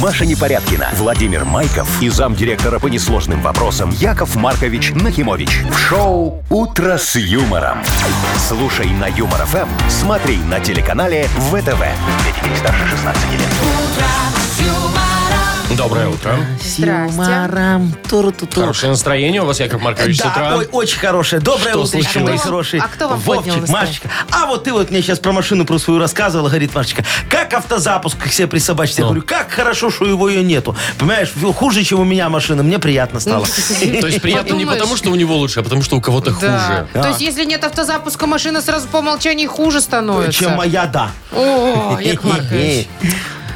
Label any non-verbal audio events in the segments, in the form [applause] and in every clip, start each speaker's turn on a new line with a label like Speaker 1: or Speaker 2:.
Speaker 1: Маша Непорядкина, Владимир Майков и замдиректора по несложным вопросам Яков Маркович Нахимович. В шоу «Утро с юмором». Слушай на Юмор ФМ, смотри на телеканале ВТВ. Для детей старше 16 лет.
Speaker 2: Доброе утро.
Speaker 3: С
Speaker 4: Здрасте.
Speaker 3: юмором. Туру-ту-ту.
Speaker 2: Хорошее настроение у вас, Яков Маркович, с
Speaker 3: Да,
Speaker 2: утра.
Speaker 5: Ой, очень хорошее. Доброе
Speaker 2: Что
Speaker 5: утречко,
Speaker 2: случилось?
Speaker 5: мои
Speaker 2: А кто-
Speaker 5: хорошие.
Speaker 4: а кто вам поднял
Speaker 5: Вовчик,
Speaker 4: настроение?
Speaker 5: Машечка. А вот ты вот мне сейчас про машину про свою рассказывала, говорит Машечка, как автозапуск к себе присобачить? Я
Speaker 2: Ну.
Speaker 5: говорю, как хорошо, что его ее нету. Понимаешь, хуже, чем у меня машина, мне
Speaker 4: Ну,
Speaker 5: приятно стало.
Speaker 2: То есть приятно не
Speaker 4: Подумаешь.
Speaker 2: потому, что у него лучше, а потому, что у кого-то
Speaker 4: Да.
Speaker 2: хуже.
Speaker 4: То есть, если нет автозапуска, машина сразу по умолчанию хуже становится.
Speaker 5: Чем моя, да. Э,
Speaker 4: О,
Speaker 5: [laughs]
Speaker 4: Яков Маркович.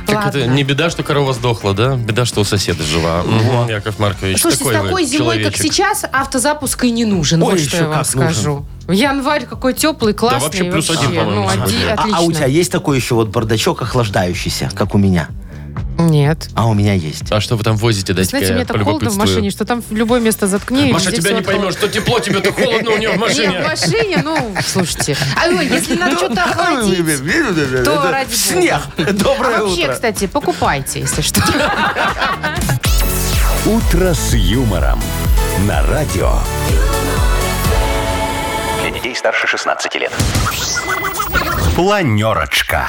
Speaker 2: Так это
Speaker 4: Ладно.
Speaker 2: не беда, что корова сдохла, да? Беда, что у соседа жива. Мгм, Яков Маркович,
Speaker 4: Слушайте,
Speaker 2: такой
Speaker 4: с такой
Speaker 2: вы
Speaker 4: зимой,
Speaker 2: человечек.
Speaker 4: как сейчас, автозапуск и не нужен.
Speaker 5: Ой,
Speaker 4: вот что
Speaker 5: еще
Speaker 4: я вам
Speaker 5: как
Speaker 4: скажу. Январь какой теплый, классный.
Speaker 2: вообще плюс один, по-моему,
Speaker 4: Ну, оди-
Speaker 2: сегодня.
Speaker 5: А,
Speaker 4: отлично.
Speaker 5: а у тебя есть такой еще вот бардачок охлаждающийся, как у меня?
Speaker 4: Нет.
Speaker 5: А у меня есть.
Speaker 2: А что вы там возите, дайте
Speaker 4: Знаете, мне так холодно в машине, что там в любое место заткни. и
Speaker 2: Маша
Speaker 4: везде
Speaker 2: тебя
Speaker 4: всё
Speaker 2: не
Speaker 4: от холода.
Speaker 2: поймешь, то тепло тебе, то холодно у нее
Speaker 4: [laughs]
Speaker 2: в
Speaker 4: Не, в
Speaker 2: машине.
Speaker 4: машине, ну, слушайте. А ой, если надо что-то охладить, то ради бога.
Speaker 5: Снег. Доброе
Speaker 4: А вообще,
Speaker 5: утро.
Speaker 4: кстати, покупайте, если что.
Speaker 1: «Утро с юмором» на радио.
Speaker 6: Для детей старше 16 лет.
Speaker 1: Планерочка.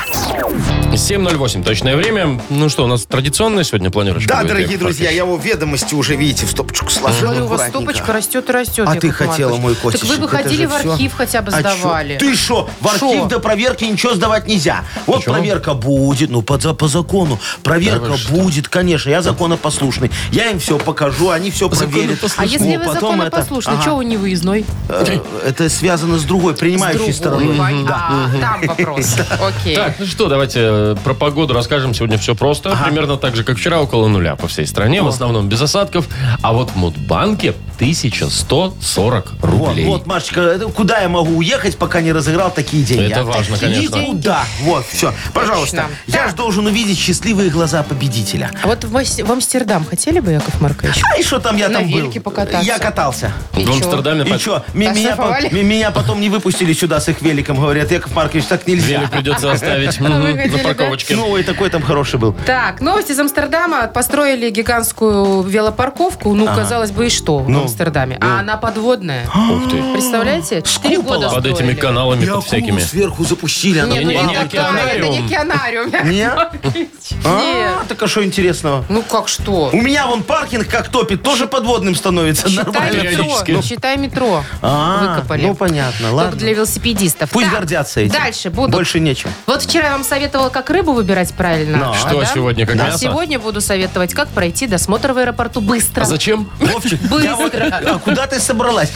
Speaker 2: 7.08 точное время. Ну что, у нас традиционная сегодня планерочка
Speaker 7: Да,
Speaker 2: будет,
Speaker 7: дорогие
Speaker 2: Яков
Speaker 7: друзья,
Speaker 2: Маркович?
Speaker 7: я его ведомости уже, видите, в стопочку сложил
Speaker 4: Говорю, у вас
Speaker 7: аккуратненько.
Speaker 4: стопочка растет и растет.
Speaker 5: А
Speaker 4: Яков
Speaker 5: ты хотела,
Speaker 4: Маркович.
Speaker 5: мой котичек,
Speaker 4: Так вы бы
Speaker 5: это
Speaker 4: ходили
Speaker 5: же
Speaker 4: в
Speaker 5: всё.
Speaker 4: архив хотя бы
Speaker 5: А чё?
Speaker 4: сдавали.
Speaker 5: Ты что? В
Speaker 4: Шо?
Speaker 5: архив до проверки ничего сдавать нельзя. Вот проверка будет, ну, по, за- по закону. Проверка будет, конечно. Я законопослушный. Я им все покажу, они все проверят.
Speaker 4: А если вы
Speaker 5: Ну, потом это-
Speaker 4: законопослушный,
Speaker 5: Ага.
Speaker 4: чего вы не выездной?
Speaker 5: Э, Это связано с другой, принимающей
Speaker 4: С другой,
Speaker 5: стороной.
Speaker 4: пон- а, Там
Speaker 5: [laughs]
Speaker 4: вопрос. Окей.
Speaker 2: Так, ну что, давайте э, про погоду расскажем. Сегодня все просто. Примерно так же, как вчера, около нуля по всей стране. В основном без осадков. А вот в Мудбанке 1140
Speaker 5: Вот,
Speaker 2: рублей.
Speaker 5: вот, Машечка, это куда я могу уехать, пока не разыграл такие деньги?
Speaker 2: Это
Speaker 5: а?
Speaker 2: важно, конечно.
Speaker 5: Никуда. Вот, все. Пожалуйста.
Speaker 4: Точно.
Speaker 5: Я же должен увидеть счастливые глаза победителя.
Speaker 4: А вот в Мас- в Амстердам хотели бы, Яков Маркович?
Speaker 5: А и что там я
Speaker 4: На
Speaker 5: там был?
Speaker 4: велике покататься.
Speaker 5: Я катался.
Speaker 4: И
Speaker 2: В
Speaker 4: чё?
Speaker 2: Амстердаме
Speaker 5: И
Speaker 2: по-
Speaker 5: что, меня, по-
Speaker 4: Оштрафовали?
Speaker 5: ми- меня потом не выпустили сюда с их великом, говорят, Яков Маркович, так нельзя.
Speaker 2: велик
Speaker 5: [laughs]
Speaker 2: придется оставить
Speaker 4: вы
Speaker 2: мгм,
Speaker 4: хотели,
Speaker 2: на
Speaker 4: да?
Speaker 2: парковочке.
Speaker 5: Ну, и такой там хороший был.
Speaker 4: Так, новости из Амстердама. Построили гигантскую велопарковку. Ну, казалось бы, и что в
Speaker 5: Ну,
Speaker 4: Амстердаме? А она подводная.
Speaker 2: Ух ты.
Speaker 5: [gasps]
Speaker 4: Представляете? Четыре года
Speaker 2: Под
Speaker 4: строили.
Speaker 2: этими каналами, под всякими.
Speaker 5: сверху запустили. а она
Speaker 4: Нет, ну
Speaker 2: Не-не,
Speaker 4: это
Speaker 2: не
Speaker 4: такая, это
Speaker 2: океанариум.
Speaker 4: не океанариум.
Speaker 5: Нет?
Speaker 4: Нет.
Speaker 5: А, так а что интересного?
Speaker 4: Ну как что?
Speaker 5: У меня вон паркинг как топит, тоже подводным становится.
Speaker 4: Считай
Speaker 5: Нормально.
Speaker 2: Периодически.
Speaker 4: метро. Считай метро.
Speaker 5: Ну. А,
Speaker 4: Выкопали.
Speaker 5: ну понятно,
Speaker 4: Только
Speaker 5: ладно.
Speaker 4: для велосипедистов.
Speaker 5: Пусть
Speaker 4: Так,
Speaker 5: гордятся этим.
Speaker 4: Дальше будут.
Speaker 5: Больше нечем.
Speaker 4: Вот вчера я вам советовала, как рыбу выбирать правильно.
Speaker 5: Ну, а
Speaker 2: что сегодня, как
Speaker 4: А
Speaker 2: мясо?
Speaker 4: сегодня буду советовать, как пройти досмотр в аэропорту быстро.
Speaker 2: А зачем?
Speaker 5: Вовчик, я вот-
Speaker 4: Быстро.
Speaker 5: а куда ты собралась?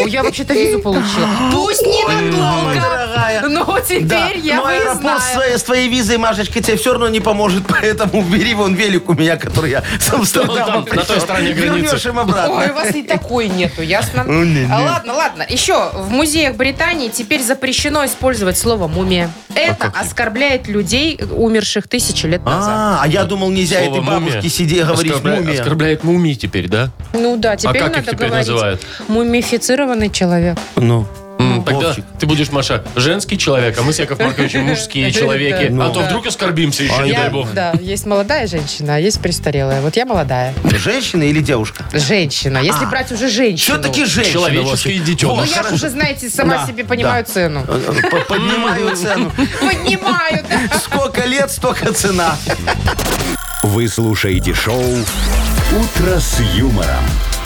Speaker 4: Ой, я вообще-то визу получила. Пусть
Speaker 5: Ой,
Speaker 4: ненадолго.
Speaker 5: дорогая.
Speaker 4: Но
Speaker 5: Да,
Speaker 4: теперь я
Speaker 5: но аэропорт
Speaker 4: выездная.
Speaker 5: с, с твоей визой, Машечка, тебе все равно не поможет, [laughs] поэтому бери вон велик у меня, который я с Амстердама
Speaker 2: там, на той стороне границы.
Speaker 5: Вернешь им обратно.
Speaker 4: Ой, у вас и такой нету, ясно?
Speaker 5: Ну, не, не.
Speaker 4: А, Ладно, ладно. Еще в музеях Британии теперь запрещено использовать слово «мумия».
Speaker 2: А
Speaker 4: Это оскорбляет людей, умерших тысячи лет назад.
Speaker 5: А, а я думал, нельзя этой
Speaker 2: Слово
Speaker 5: бабушке
Speaker 2: «мумия».
Speaker 5: сиди говорить
Speaker 2: Оскорбля-
Speaker 5: мумия.
Speaker 2: Оскорбляет мумии теперь, да?
Speaker 4: Ну да, теперь
Speaker 2: А как их
Speaker 4: надо
Speaker 2: теперь
Speaker 4: говорить
Speaker 2: называют?
Speaker 4: «мумифицированный человек».
Speaker 5: Ну,
Speaker 2: [laughs] М, Тогда
Speaker 5: Вовчик.
Speaker 2: ты будешь, Маша, женский человек, а мы с Яковом Марковичем мужские человеки.
Speaker 5: [laughs] Да. Ну. А
Speaker 2: А то вдруг оскорбимся еще, не
Speaker 4: Я-
Speaker 2: дай бог.
Speaker 4: Да, есть молодая женщина, а есть престарелая. Вот я молодая.
Speaker 5: женщина или девушка?
Speaker 4: Женщина. Если
Speaker 2: А.
Speaker 4: брать уже женщину.
Speaker 5: Все-таки женщина.
Speaker 2: Человеческие
Speaker 4: Ну
Speaker 5: Вовчик.
Speaker 2: детеныши.
Speaker 4: я ж уже, знаете, сама
Speaker 5: Да,
Speaker 4: себе понимаю цену.
Speaker 5: Э, по- Поднимаю цену.
Speaker 4: Поднимаю, да.
Speaker 5: Сколько лет, столько цена.
Speaker 1: Вы слушаете шоу «Утро с юмором»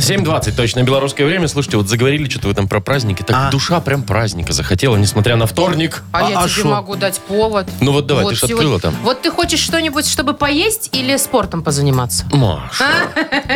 Speaker 2: 7.20, точно, белорусское время. Слушайте, вот заговорили что-то вы там про праздники. Так душа прям праздника захотела, несмотря на вторник.
Speaker 4: А, я
Speaker 5: А- а
Speaker 4: тебе
Speaker 5: шо?
Speaker 4: могу дать повод.
Speaker 2: Ну вот давай, ты ж открыла там.
Speaker 4: Вот ты хочешь что-нибудь, чтобы поесть или спортом позаниматься? [laughs]
Speaker 2: Маша,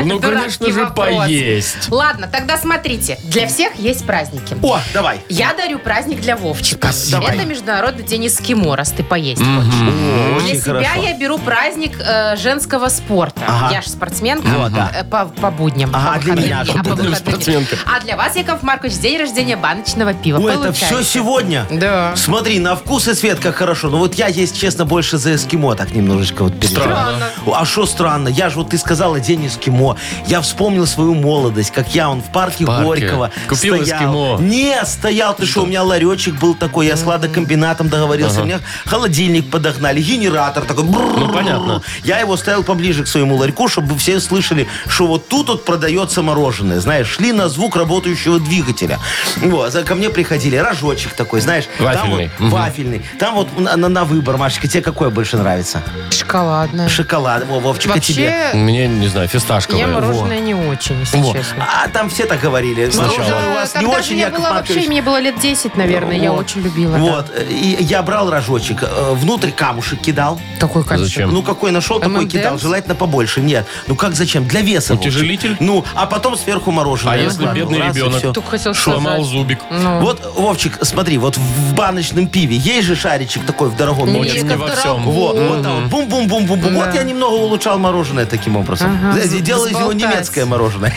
Speaker 2: ну, конечно
Speaker 4: Дурацкий
Speaker 2: же,
Speaker 4: вопрос.
Speaker 2: поесть.
Speaker 4: Ладно, тогда смотрите. Для всех есть праздники.
Speaker 5: О, давай.
Speaker 4: Я дарю праздник для Вовчика.
Speaker 2: Спасибо.
Speaker 4: Это Международный день эскимо, раз ты поесть хочешь. Для себя
Speaker 5: очень хорошо.
Speaker 4: я беру праздник э, женского спорта.
Speaker 5: Ага. Ну
Speaker 4: Я же спортсменка
Speaker 5: Вот, да.
Speaker 4: э, по, по будням.
Speaker 5: Ага,
Speaker 4: по
Speaker 5: а для меня,
Speaker 4: объявление
Speaker 5: чтобы
Speaker 4: о
Speaker 5: ты
Speaker 4: выходных.
Speaker 2: спортсменка.
Speaker 4: А для вас, Яков Маркович, день рождения баночного пива.
Speaker 5: О, это
Speaker 4: Получайте.
Speaker 5: все сегодня.
Speaker 4: Да.
Speaker 5: Смотри, на вкус и цвет как хорошо. Но вот я есть, честно, больше за эскимо так немножечко вот переживаю.
Speaker 2: Странно.
Speaker 5: А что странно? Я же, вот ты сказала, день эскимо. Я вспомнил свою молодость, как я он в парке,
Speaker 2: В парке.
Speaker 5: Горького
Speaker 2: Купил
Speaker 5: стоял.
Speaker 2: эскимо.
Speaker 5: Не, стоял, ты что, у меня ларечек был такой, я с ладокомбинатом договорился, у меня холодильник подогнали, генератор такой. брррр.
Speaker 2: понятно.
Speaker 5: Я его ставил поближе к своему ларьку, чтобы все слышали, что вот тут вот продается мороженое. Знаешь, шли на звук работающего двигателя. Вот, за- ко мне приходили, рожочек такой, знаешь. там вот-
Speaker 2: Вафельный. Мгм.
Speaker 5: Вафельный. Там вот на, на- на выбор, Машечка, тебе какое больше нравится?
Speaker 4: Шоколадное.
Speaker 5: Шоколад, во, Вовчик, а тебе?
Speaker 4: Вообще,
Speaker 2: Мне, не знаю,
Speaker 4: я
Speaker 2: фисташковое.
Speaker 4: мороженое не очень, если
Speaker 2: Во.
Speaker 4: честно.
Speaker 5: А там все так говорили.
Speaker 4: Ну, Уже,
Speaker 5: Сначала у вас не
Speaker 4: когда же
Speaker 5: очень,
Speaker 4: я
Speaker 5: Яков
Speaker 4: была, вообще
Speaker 5: Маркович.
Speaker 4: мне было лет 10, наверное, я
Speaker 5: Вот.
Speaker 4: очень любила. да.
Speaker 5: Вот, э, и я брал рожочек, э, внутрь камушек кидал.
Speaker 4: Такой качество.
Speaker 2: Зачем?
Speaker 5: Ну, какой нашел, такой
Speaker 4: M&M's?
Speaker 5: кидал. Желательно побольше. Нет. Ну, как зачем? Для веса. Вовчик.
Speaker 2: Утяжелитель?
Speaker 5: Ну, а потом сверху мороженое.
Speaker 2: А если
Speaker 5: раскладывал.
Speaker 2: бедный
Speaker 5: Раз, и
Speaker 2: ребенок?
Speaker 5: всё.
Speaker 4: Только хотел сказать.
Speaker 2: Сломал зубик.
Speaker 4: Ну.
Speaker 5: Вот, Вовчик, смотри, вот в баночном пиве есть же шаричек такой в дорогом
Speaker 4: Не,
Speaker 5: молочке?
Speaker 2: Очень не во
Speaker 4: как-то
Speaker 2: всем.
Speaker 5: Вот, вот там, вот, бум-бум-бум-бум-бум. Вот я немного улучшал мороженое таким образом.
Speaker 4: Ага,
Speaker 5: Знаете, Делал из него
Speaker 4: сболтать.
Speaker 5: немецкое мороженое.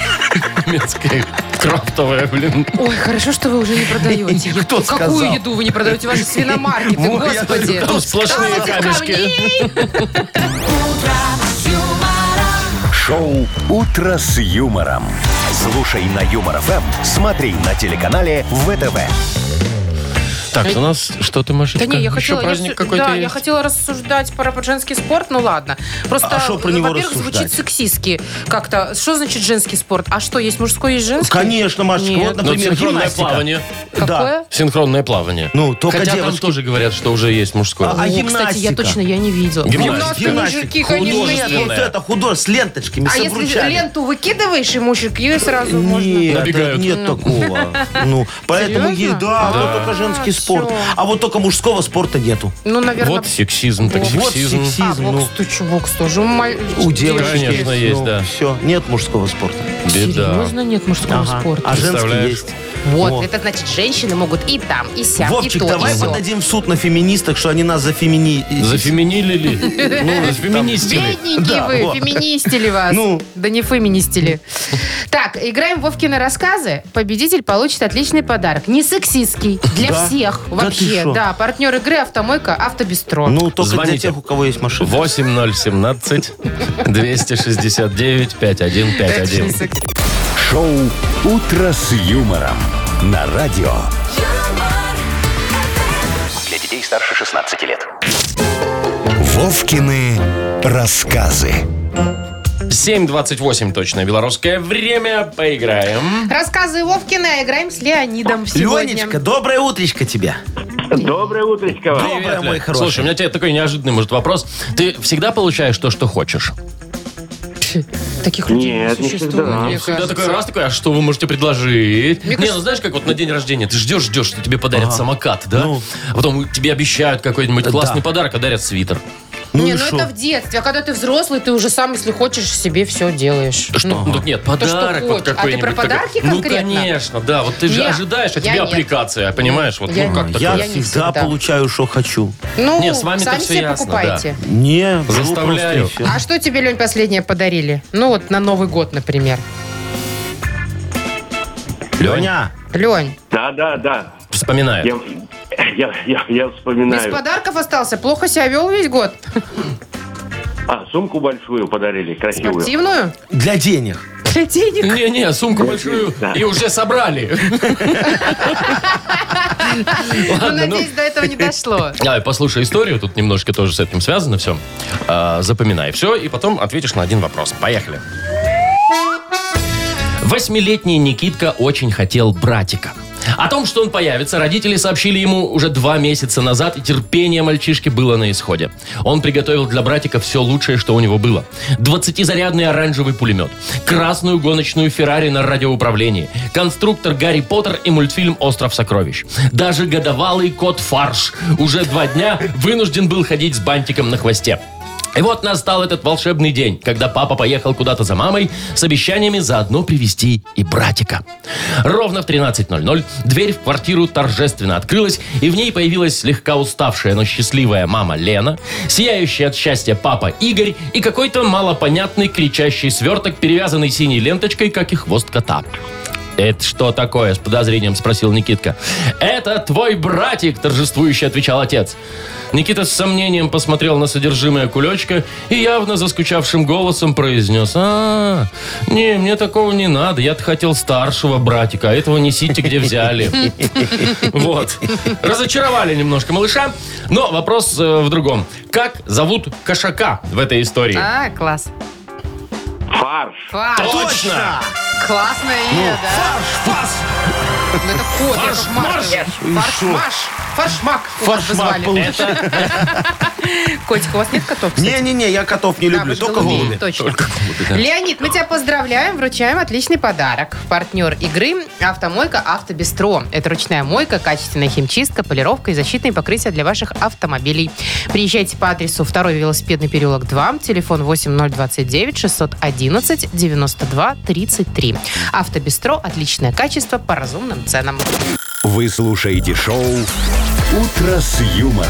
Speaker 2: Немецкое. Крафтовое, блин.
Speaker 4: Ой, хорошо, что вы уже не продаете.
Speaker 5: [laughs] Кто сказал?
Speaker 4: Какую еду вы не продаете?
Speaker 5: [laughs]
Speaker 4: Ваши свиномаркеты,
Speaker 5: Во, я
Speaker 4: господи.
Speaker 5: говорю,
Speaker 2: Тут сплошные
Speaker 4: Давайте
Speaker 2: камешки.
Speaker 1: Шоу «Утро с юмором». Слушай на Юмор ФМ, смотри на телеканале ВТВ.
Speaker 2: Так, у нас что ты,
Speaker 4: Да
Speaker 2: Машечка?
Speaker 4: не, я
Speaker 2: Еще
Speaker 4: хотела, я
Speaker 2: праздник
Speaker 4: всё-
Speaker 2: какой-то
Speaker 4: да,
Speaker 2: есть?
Speaker 4: я хотела рассуждать про про женский спорт, ну ладно. Просто, ну,
Speaker 5: А шо про него
Speaker 4: во-первых, звучит
Speaker 5: рассуждать?
Speaker 4: сексистски как-то. Что значит женский спорт? А что, есть мужской и женский?
Speaker 5: [laughs] Конечно, Машечка,
Speaker 4: Нет.
Speaker 5: вот,
Speaker 2: Ну,
Speaker 5: например,
Speaker 2: синхронное
Speaker 5: гимнастика.
Speaker 2: плавание.
Speaker 5: Да. А,
Speaker 4: Какое?
Speaker 2: Синхронное плавание.
Speaker 5: Ну, только
Speaker 2: Хотя там
Speaker 5: девочки.
Speaker 2: тоже говорят, что уже есть мужское.
Speaker 5: А, а
Speaker 4: О, кстати, я
Speaker 5: гимнастика?
Speaker 4: точно, я не видела.
Speaker 2: Гимнастика.
Speaker 4: Ну, нас-то мужики, конечно,
Speaker 5: Нет,
Speaker 4: есть.
Speaker 5: вот это художество с ленточками,
Speaker 4: А
Speaker 5: с
Speaker 4: если
Speaker 5: обручами.
Speaker 4: ленту выкидываешь, и мужик ее сразу можно.
Speaker 5: Нет,
Speaker 2: Набегают.
Speaker 5: нет такого.
Speaker 4: [laughs]
Speaker 5: Ну, поэтому
Speaker 4: Серьезно?
Speaker 5: есть, да,
Speaker 2: Да.
Speaker 5: вот только женский
Speaker 4: Всё.
Speaker 5: спорт. А вот только мужского спорта нету.
Speaker 4: Ну, наверное,
Speaker 2: Вот сексизм, так
Speaker 4: Вот
Speaker 2: сексизм.
Speaker 5: сексизм.
Speaker 4: а,
Speaker 5: ну.
Speaker 4: бокс, ты чё, бокс тоже. у маль-
Speaker 5: У девочек
Speaker 2: Конечно, есть, да.
Speaker 5: Все, нет мужского спорта.
Speaker 2: Беда.
Speaker 4: Серьезно, нет мужского
Speaker 5: Ага.
Speaker 4: спорта.
Speaker 5: А женский
Speaker 2: Представляешь?
Speaker 5: есть.
Speaker 4: Вот,
Speaker 5: Во.
Speaker 4: это значит, женщины могут и там, и сям, и
Speaker 5: Вовчик,
Speaker 4: то,
Speaker 5: давай
Speaker 4: и сё.
Speaker 5: подадим в суд на феминисток, что они нас зафемини...
Speaker 2: Зафеминили
Speaker 4: [laughs]
Speaker 2: ли? Ну, зафеминистили.
Speaker 4: Бедненькие
Speaker 5: Да,
Speaker 4: вы,
Speaker 5: вот.
Speaker 4: феминистили вас.
Speaker 5: Ну.
Speaker 4: Да не феминистили. Так, играем в Вовкины рассказы. Победитель получит отличный подарок. Не сексистский. Для
Speaker 5: Да?
Speaker 4: всех
Speaker 5: Да
Speaker 4: вообще.
Speaker 5: ты шо?
Speaker 4: да, партнер игры «Автомойка Автобестро».
Speaker 5: Ну, только для
Speaker 2: Звоните.
Speaker 5: тех, у кого есть машина.
Speaker 2: 8017 269 5151.
Speaker 1: Шоу «Утро с юмором» на радио.
Speaker 6: Для детей старше 16 лет.
Speaker 1: Вовкины рассказы.
Speaker 2: 7.28 точно белорусское время. Поиграем.
Speaker 4: Рассказы Вовкина. Играем с Леонидом сегодня.
Speaker 5: Ленечка, доброе утречко тебе.
Speaker 8: Доброе утречко вам.
Speaker 5: Доброе,
Speaker 2: Привет,
Speaker 5: мой
Speaker 2: Лёнь.
Speaker 5: хороший.
Speaker 2: Слушай, у меня тебе такой неожиданный, может, вопрос. Ты всегда получаешь то, что хочешь?
Speaker 4: Таких людей не
Speaker 8: Нет, не
Speaker 4: существует,
Speaker 8: всегда.
Speaker 4: мне
Speaker 2: Всегда
Speaker 4: кажется.
Speaker 2: такой раз такой, а что вы можете предложить?
Speaker 4: Мне
Speaker 2: не,
Speaker 4: кажется-
Speaker 2: ну знаешь, как вот на день рождения ты ждешь, ждешь, что тебе подарят самокат, да?
Speaker 5: Ну.
Speaker 2: А потом тебе обещают какой-нибудь классный подарок, а дарят свитер.
Speaker 5: Ну
Speaker 4: не,
Speaker 5: и
Speaker 4: ну
Speaker 5: шо?
Speaker 4: это в детстве. А когда ты взрослый, ты уже сам, если хочешь, себе все делаешь.
Speaker 2: Что?
Speaker 4: Ну,
Speaker 2: Тут нет,
Speaker 4: что
Speaker 2: подарок вот
Speaker 4: хочешь. А ты
Speaker 2: какой-нибудь.
Speaker 4: про
Speaker 2: такой.
Speaker 4: подарки конкретно?
Speaker 2: Ну, конечно, да. Вот ты же
Speaker 4: Не,
Speaker 2: ожидаешь, а
Speaker 4: я
Speaker 2: тебе
Speaker 4: нет.
Speaker 2: аппликация, понимаешь? Вот,
Speaker 4: Я
Speaker 2: ну, как
Speaker 4: нет.
Speaker 2: такое?
Speaker 5: Я
Speaker 4: Я не
Speaker 5: всегда,
Speaker 4: всегда.
Speaker 5: получаю, что хочу.
Speaker 4: ну,
Speaker 2: Не, с вами-то
Speaker 4: сами
Speaker 2: всё
Speaker 4: себе
Speaker 2: ясно,
Speaker 4: покупайте.
Speaker 5: Не, беру
Speaker 2: Заставляю.
Speaker 5: просто и всё.
Speaker 4: А что тебе, Лень, последнее подарили? Ну вот на Новый год, например.
Speaker 5: Леня,
Speaker 4: Лень,
Speaker 8: Да, да, да.
Speaker 2: Вспоминает.
Speaker 8: Я, [laughs] я, я, я
Speaker 4: без
Speaker 8: вспоминаю.
Speaker 4: подарков остался. Плохо себя вел весь год.
Speaker 8: А, сумку большую подарили, красивую.
Speaker 4: Спортивную?
Speaker 5: для денег.
Speaker 4: Для денег.
Speaker 2: Не-не, сумку большую
Speaker 8: Да.
Speaker 2: и уже собрали.
Speaker 4: [laughs] Ну,
Speaker 2: [laughs] Ладно, ну,
Speaker 4: надеюсь, до этого не дошло.
Speaker 2: Давай, послушай историю, тут немножко тоже с этим связано все. запоминай все, и потом ответишь на один вопрос. Поехали. Восьмилетний Никитка очень хотел братика. О том, что он появится, родители сообщили ему уже два месяца назад, и терпение мальчишки было на исходе. Он приготовил для братика все лучшее, что у него было. 20-зарядный оранжевый пулемет, красную гоночную Феррари на радиоуправлении, конструктор Гарри Поттер и мультфильм «Остров сокровищ». Даже годовалый кот Фарш уже два дня вынужден был ходить с бантиком на хвосте. И вот настал этот волшебный день, когда папа поехал куда-то за мамой с обещаниями заодно привести и братика. Ровно в 13.00 дверь в квартиру торжественно открылась, и в ней появилась слегка уставшая, но счастливая мама Лена, сияющий от счастья папа Игорь и какой-то малопонятный кричащий сверток, перевязанный синей ленточкой, как и хвост кота. «Это что такое?» — с подозрением спросил Никитка. «Это твой братик!» — торжествующе отвечал отец. Никита с сомнением посмотрел на содержимое кулечка и явно заскучавшим голосом произнес. «А, не, мне такого не надо. Я-то хотел старшего братика, а этого несите, где взяли». Вот. Разочаровали немножко малыша. Но вопрос э, в другом. Как зовут кошака в этой истории?
Speaker 4: А, класс.
Speaker 8: Фарш.
Speaker 4: Класс.
Speaker 2: Точно! Ну,
Speaker 4: Классное имя, да?
Speaker 5: Пас!
Speaker 4: Ну, это кот, Яков Маркович. Фаршмаш. Фаршмак. его
Speaker 5: Фаршмак
Speaker 4: обозвали.
Speaker 5: получился.
Speaker 4: [laughs] Котик, у вас нет котов, кстати?
Speaker 5: Не-не-не, я котов не
Speaker 4: Да,
Speaker 5: люблю,
Speaker 4: вы
Speaker 5: только
Speaker 4: голубей,
Speaker 5: голуби.
Speaker 4: Точно. Леонид, мы тебя поздравляем, вручаем отличный подарок. Партнер игры «Автомойка Автобестро». Это ручная мойка, качественная химчистка, полировка и защитные покрытия для ваших автомобилей. Приезжайте по адресу 2 велосипедный переулок 2, телефон 8029 611 92 33. «Автобестро» – отличное качество по разумным ценам.
Speaker 1: Вы слушаете шоу «Утро с юмором»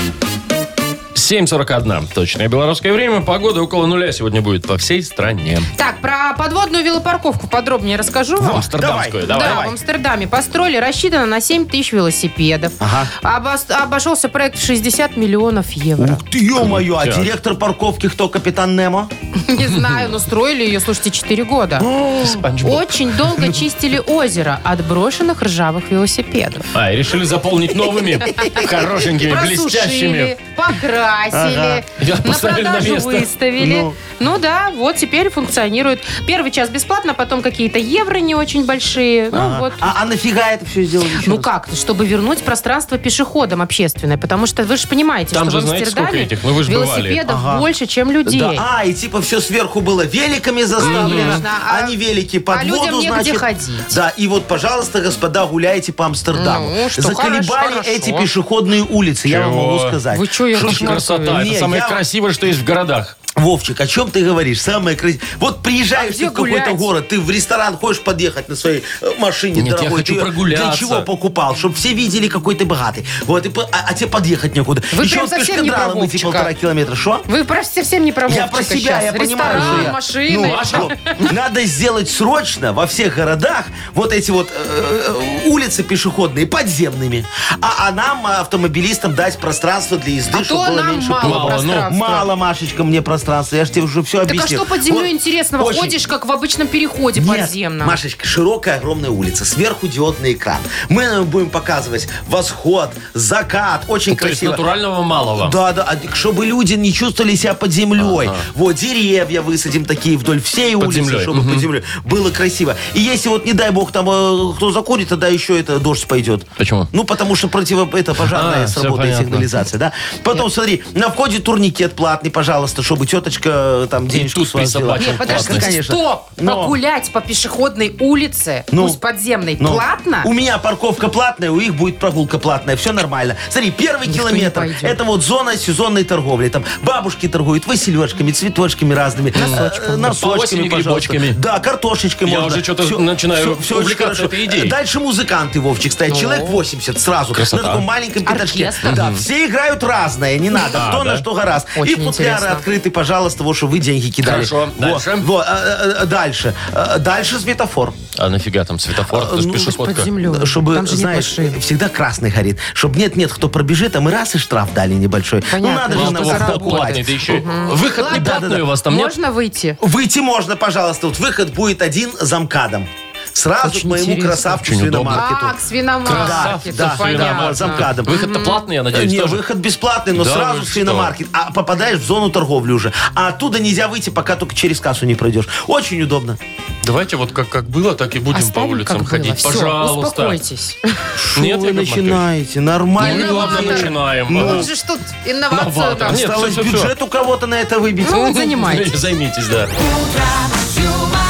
Speaker 2: 7.41. Точное белорусское время. Погода около нуля сегодня будет по всей стране.
Speaker 5: Ну,
Speaker 4: Так, про подводную велопарковку подробнее расскажу вам.
Speaker 2: Амстердамскую,
Speaker 4: Да,
Speaker 2: давай.
Speaker 4: в Амстердаме построили, рассчитано на 7 тысяч велосипедов. Обос- обошелся проект в 60 миллионов евро.
Speaker 5: Ух ты, ё-моё, а
Speaker 2: Крутяк.
Speaker 5: директор парковки кто, капитан Немо?
Speaker 4: Не знаю, но строили ее, слушайте, 4 года.
Speaker 2: Спанч Боб.
Speaker 4: Очень долго чистили озеро от брошенных ржавых велосипедов.
Speaker 2: А, и решили заполнить
Speaker 4: [laughs]
Speaker 2: новыми, хорошенькими, блестящими.
Speaker 4: Просушили, покрасили,
Speaker 2: Да,
Speaker 4: на
Speaker 2: поставили на
Speaker 4: продажу
Speaker 2: место.
Speaker 4: выставили. Ну. да, вот теперь функционирует. Первый час бесплатно, потом какие-то евро не очень большие. Ну вот.
Speaker 5: А, а нафига это все сделали? еще
Speaker 4: Ну
Speaker 5: раз?
Speaker 4: как, чтобы вернуть пространство пешеходам общественное, потому что вы же понимаете,
Speaker 2: Там
Speaker 4: что
Speaker 2: же
Speaker 4: в
Speaker 2: знаете, сколько
Speaker 4: Амстердаме
Speaker 2: этих? Ну, вы же бывали.
Speaker 4: велосипедов больше, чем людей.
Speaker 5: Да. А, и типа все сверху было великами заставлено,
Speaker 4: Конечно, а-
Speaker 5: а, не велики под
Speaker 4: а людям
Speaker 5: воду,
Speaker 4: негде
Speaker 5: значит.
Speaker 4: ходить.
Speaker 5: Да, и вот, пожалуйста, господа, гуляйте по Амстердаму.
Speaker 4: Ну, что,
Speaker 5: Заколебали
Speaker 4: хорошо,
Speaker 5: эти
Speaker 4: хорошо.
Speaker 5: пешеходные улицы, я вам
Speaker 2: Чего?
Speaker 5: могу сказать.
Speaker 4: Вы чё, Яков
Speaker 5: Шо-
Speaker 2: Красота.
Speaker 5: Не,
Speaker 2: Это самое
Speaker 5: я-
Speaker 2: красивое, что есть в городах.
Speaker 5: Вовчик, о чем ты говоришь? Самое красивое. Вот приезжаешь
Speaker 4: А
Speaker 5: ты
Speaker 4: где
Speaker 5: в какой-то
Speaker 4: гулять?
Speaker 5: город, ты в ресторан хочешь подъехать на своей э, машине
Speaker 2: Нет, я
Speaker 5: дорогой.
Speaker 2: хочу
Speaker 5: ты её
Speaker 2: прогуляться.
Speaker 5: Для чего покупал? Чтобы все видели, какой ты богатый. Вот, и по- а, а тебе подъехать некуда.
Speaker 4: Вы
Speaker 5: Еще
Speaker 4: прям
Speaker 5: вот
Speaker 4: совсем не про
Speaker 5: пешкадралом идти
Speaker 4: Вовчика.
Speaker 5: полтора километра. Что?
Speaker 4: Вы про совсем не про
Speaker 5: Я
Speaker 4: Вовчика
Speaker 5: про себя,
Speaker 4: а щас.
Speaker 5: я понимаю,
Speaker 4: Ресторан,
Speaker 5: что я-
Speaker 4: машины.
Speaker 5: Ну,
Speaker 4: [laughs]
Speaker 5: а что? Надо сделать срочно во всех городах вот эти вот э, э, улицы пешеходные подземными. А, а нам, а, автомобилистам, дать пространство для езды,
Speaker 4: А
Speaker 5: чтобы
Speaker 4: то
Speaker 5: было
Speaker 4: нам
Speaker 5: меньше
Speaker 4: мало,
Speaker 5: пробок.
Speaker 2: Мало, ну,
Speaker 4: пространства.
Speaker 5: Мало, Машечка, мне пространство. Я же тебе уже все
Speaker 4: Так
Speaker 5: объяснил.
Speaker 4: а что под землей
Speaker 5: Вот
Speaker 4: интересного?
Speaker 5: очень-
Speaker 4: Ходишь, как в обычном переходе
Speaker 5: Нет,
Speaker 4: подземном.
Speaker 5: Машечка, широкая огромная улица, сверху диодный экран. Мы нам будем показывать восход, закат, очень
Speaker 2: То есть
Speaker 5: красиво.
Speaker 2: натурального малого.
Speaker 5: Да, да, а чтобы люди не чувствовали себя под землей. Вот деревья высадим такие вдоль всей
Speaker 2: Под
Speaker 5: улицы,
Speaker 2: землей,
Speaker 5: чтобы под землей было красиво. И если вот, не дай бог, там э, кто закурит, тогда еще это дождь пойдет.
Speaker 2: Почему?
Speaker 5: Ну, потому что против это пожарная
Speaker 2: А, всё
Speaker 5: сработает
Speaker 2: понятно.
Speaker 5: сигнализация, да? Потом, смотри, на входе турникет платный, пожалуйста, чтобы теточка э, там денежку
Speaker 2: тут
Speaker 5: с вас взяла.
Speaker 2: присобачил.
Speaker 4: Нет, подожди,
Speaker 5: Классно. Конечно.
Speaker 4: стоп!
Speaker 5: Но-
Speaker 4: Прогулять по пешеходной улице,
Speaker 5: Ну.
Speaker 4: пусть подземной,
Speaker 5: Ну,
Speaker 4: платно?
Speaker 5: У меня парковка платная, у них будет прогулка платная. Все нормально. Смотри, первый
Speaker 4: Никто не
Speaker 5: километр.
Speaker 4: пойдет.
Speaker 5: Это вот зона сезонной торговли. Там бабушки торгуют васильешками, цветочками разными. Э, Носочками.
Speaker 2: По осени
Speaker 5: Носочками, пожалуйста.
Speaker 2: грибочками.
Speaker 5: Да, картошечкой
Speaker 2: Я
Speaker 5: можно.
Speaker 2: уже что-то
Speaker 5: Всё-
Speaker 2: начинаю
Speaker 5: всё- всё очень
Speaker 2: увлекаться
Speaker 5: хорошо.
Speaker 2: этой идеей.
Speaker 5: Дальше музыканты, Вовчик, стоят. Человек 80 сразу.
Speaker 2: Красота.
Speaker 5: На таком маленьком пятачке.
Speaker 4: Ну. Оркестр.
Speaker 5: Да, все играют разное, не надо.
Speaker 2: Да,
Speaker 5: Кто
Speaker 2: да.
Speaker 5: на что гораст. И
Speaker 4: Очень
Speaker 5: футляры
Speaker 4: интересно.
Speaker 5: открыты, пожалуйста, вот что вы деньги кидали.
Speaker 2: Хорошо,
Speaker 5: Во,
Speaker 2: дальше.
Speaker 5: во, а, а, а, Дальше. А, Дальше светофор.
Speaker 2: А нафига там светофор? Это же
Speaker 5: ну,
Speaker 2: пешеходка.
Speaker 4: Э, Под землей.
Speaker 5: Да, Чтобы,
Speaker 4: Там же не
Speaker 5: знаешь,
Speaker 4: машины.
Speaker 5: всегда красный горит. Чтобы нет-нет, кто пробежит, а мы раз и штраф дали небольшой.
Speaker 4: Понятно.
Speaker 5: Ну надо
Speaker 2: Мало
Speaker 4: Может,
Speaker 5: же нам
Speaker 2: того, вход
Speaker 5: заработать.
Speaker 2: платный, да еще и- Выход не
Speaker 5: Ладно, да,
Speaker 2: платный
Speaker 5: да.
Speaker 2: у вас там нет?
Speaker 4: Можно выйти?
Speaker 5: Выйти можно, пожалуйста. Вот выход будет один замкадом. Сразу
Speaker 4: Очень
Speaker 5: к моему
Speaker 4: интересно.
Speaker 5: красавчику
Speaker 2: Очень удобно.
Speaker 5: свиномаркету.
Speaker 4: А, к свиномаркету,
Speaker 5: Да, да,
Speaker 4: ну, понятно.
Speaker 5: да, замкадом.
Speaker 2: Выход-то платный, я надеюсь,
Speaker 5: Не,
Speaker 2: тоже?
Speaker 5: выход бесплатный, но
Speaker 2: Да ну
Speaker 5: сразу
Speaker 2: вы
Speaker 5: в свиномаркет. А попадаешь в зону торговли уже. А оттуда нельзя выйти, пока только через кассу не пройдешь. Очень удобно.
Speaker 2: Давайте вот как, как было, так и будем
Speaker 4: Оставим,
Speaker 2: по улицам
Speaker 4: А как
Speaker 2: ходить.
Speaker 4: было. Всё,
Speaker 2: Пожалуйста.
Speaker 4: успокойтесь.
Speaker 2: Нет,
Speaker 5: Что вы
Speaker 2: Яков Маркович?
Speaker 5: начинаете?
Speaker 2: Ну,
Speaker 5: Нормально.
Speaker 2: мы, главное,
Speaker 4: Инноватор.
Speaker 2: начинаем.
Speaker 4: Ну,
Speaker 2: Ага.
Speaker 4: Он же что, инновация
Speaker 2: Новатор.
Speaker 4: там.
Speaker 2: Нет,
Speaker 5: Осталось
Speaker 2: всё, всё, всё.
Speaker 5: бюджет у Ну,
Speaker 4: [laughs]
Speaker 5: кого-то на это выбить.
Speaker 4: Ну, занимайтесь.
Speaker 2: Займитесь, да.
Speaker 9: Юмором.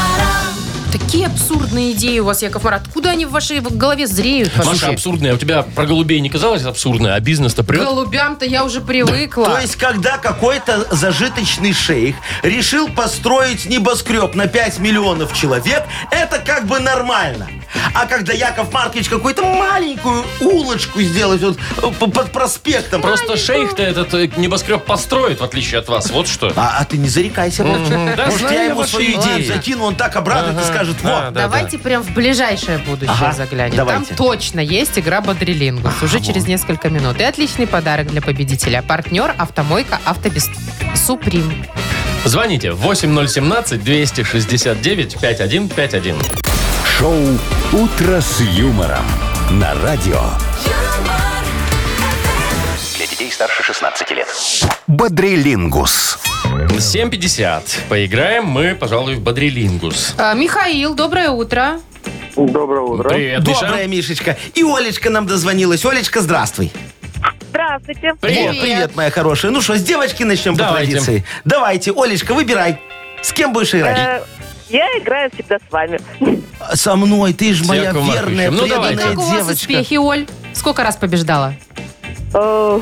Speaker 4: Какие абсурдные идеи у вас, Яков Марат. Откуда они в вашей голове зреют?
Speaker 2: Маша,
Speaker 4: вообще?
Speaker 2: абсурдная. У тебя про голубей не казалось абсурдная, а бизнес-то прет.
Speaker 4: Голубям-то я уже привыкла.
Speaker 5: То есть, когда какой-то зажиточный шейх решил построить небоскреб на 5 миллионов человек, это как бы нормально. А когда Яков Маркович какую-то маленькую улочку сделать вот э, п- под проспектом...
Speaker 2: Просто шейх-то этот э, небоскреб построит, в отличие от вас. Вот что.
Speaker 5: А, а ты не зарекайся, Вовчик.
Speaker 2: Да
Speaker 5: Может,
Speaker 2: знаю
Speaker 5: я
Speaker 2: я
Speaker 5: ему
Speaker 2: ваши
Speaker 5: свою
Speaker 2: идеи.
Speaker 5: идею закину, он так обрадует и скажет, вот,
Speaker 4: Давайте прям в ближайшее будущее
Speaker 5: Ага,
Speaker 4: заглянем.
Speaker 5: давайте. А,
Speaker 4: Там точно есть игра Бодрилингус. Уже через несколько минут. И отличный подарок для победителя. Партнер «Автомойка Автобест Суприм».
Speaker 2: Звоните 8017-269-5151.
Speaker 1: Шоу «Утро с юмором» на радио.
Speaker 9: юмор,
Speaker 6: Для детей старше 16 лет.
Speaker 1: Бодрилингус.
Speaker 2: 7.50. Поиграем мы, пожалуй, в Бодрилингус.
Speaker 4: А, Михаил, доброе утро.
Speaker 8: Доброе утро.
Speaker 2: Привет, Миша.
Speaker 5: Добрая Мишечка. И Олечка нам дозвонилась. Олечка, здравствуй.
Speaker 10: Здравствуйте.
Speaker 2: Привет.
Speaker 5: О, привет, моя хорошая. Ну что, с девочки начнем
Speaker 2: Давайте.
Speaker 5: по традиции. Давайте, Олечка, выбирай. С кем будешь играть?
Speaker 10: Э, Я играю всегда с вами.
Speaker 5: Со мной, ты же
Speaker 2: С
Speaker 5: моя
Speaker 2: Яковом
Speaker 5: верная,
Speaker 2: Марковичем. Ну,
Speaker 5: преданная
Speaker 2: давайте.
Speaker 4: Как у вас
Speaker 5: девочка.
Speaker 4: успехи, Оль? Сколько раз
Speaker 5: [laughs]
Speaker 4: побеждала?
Speaker 10: Э,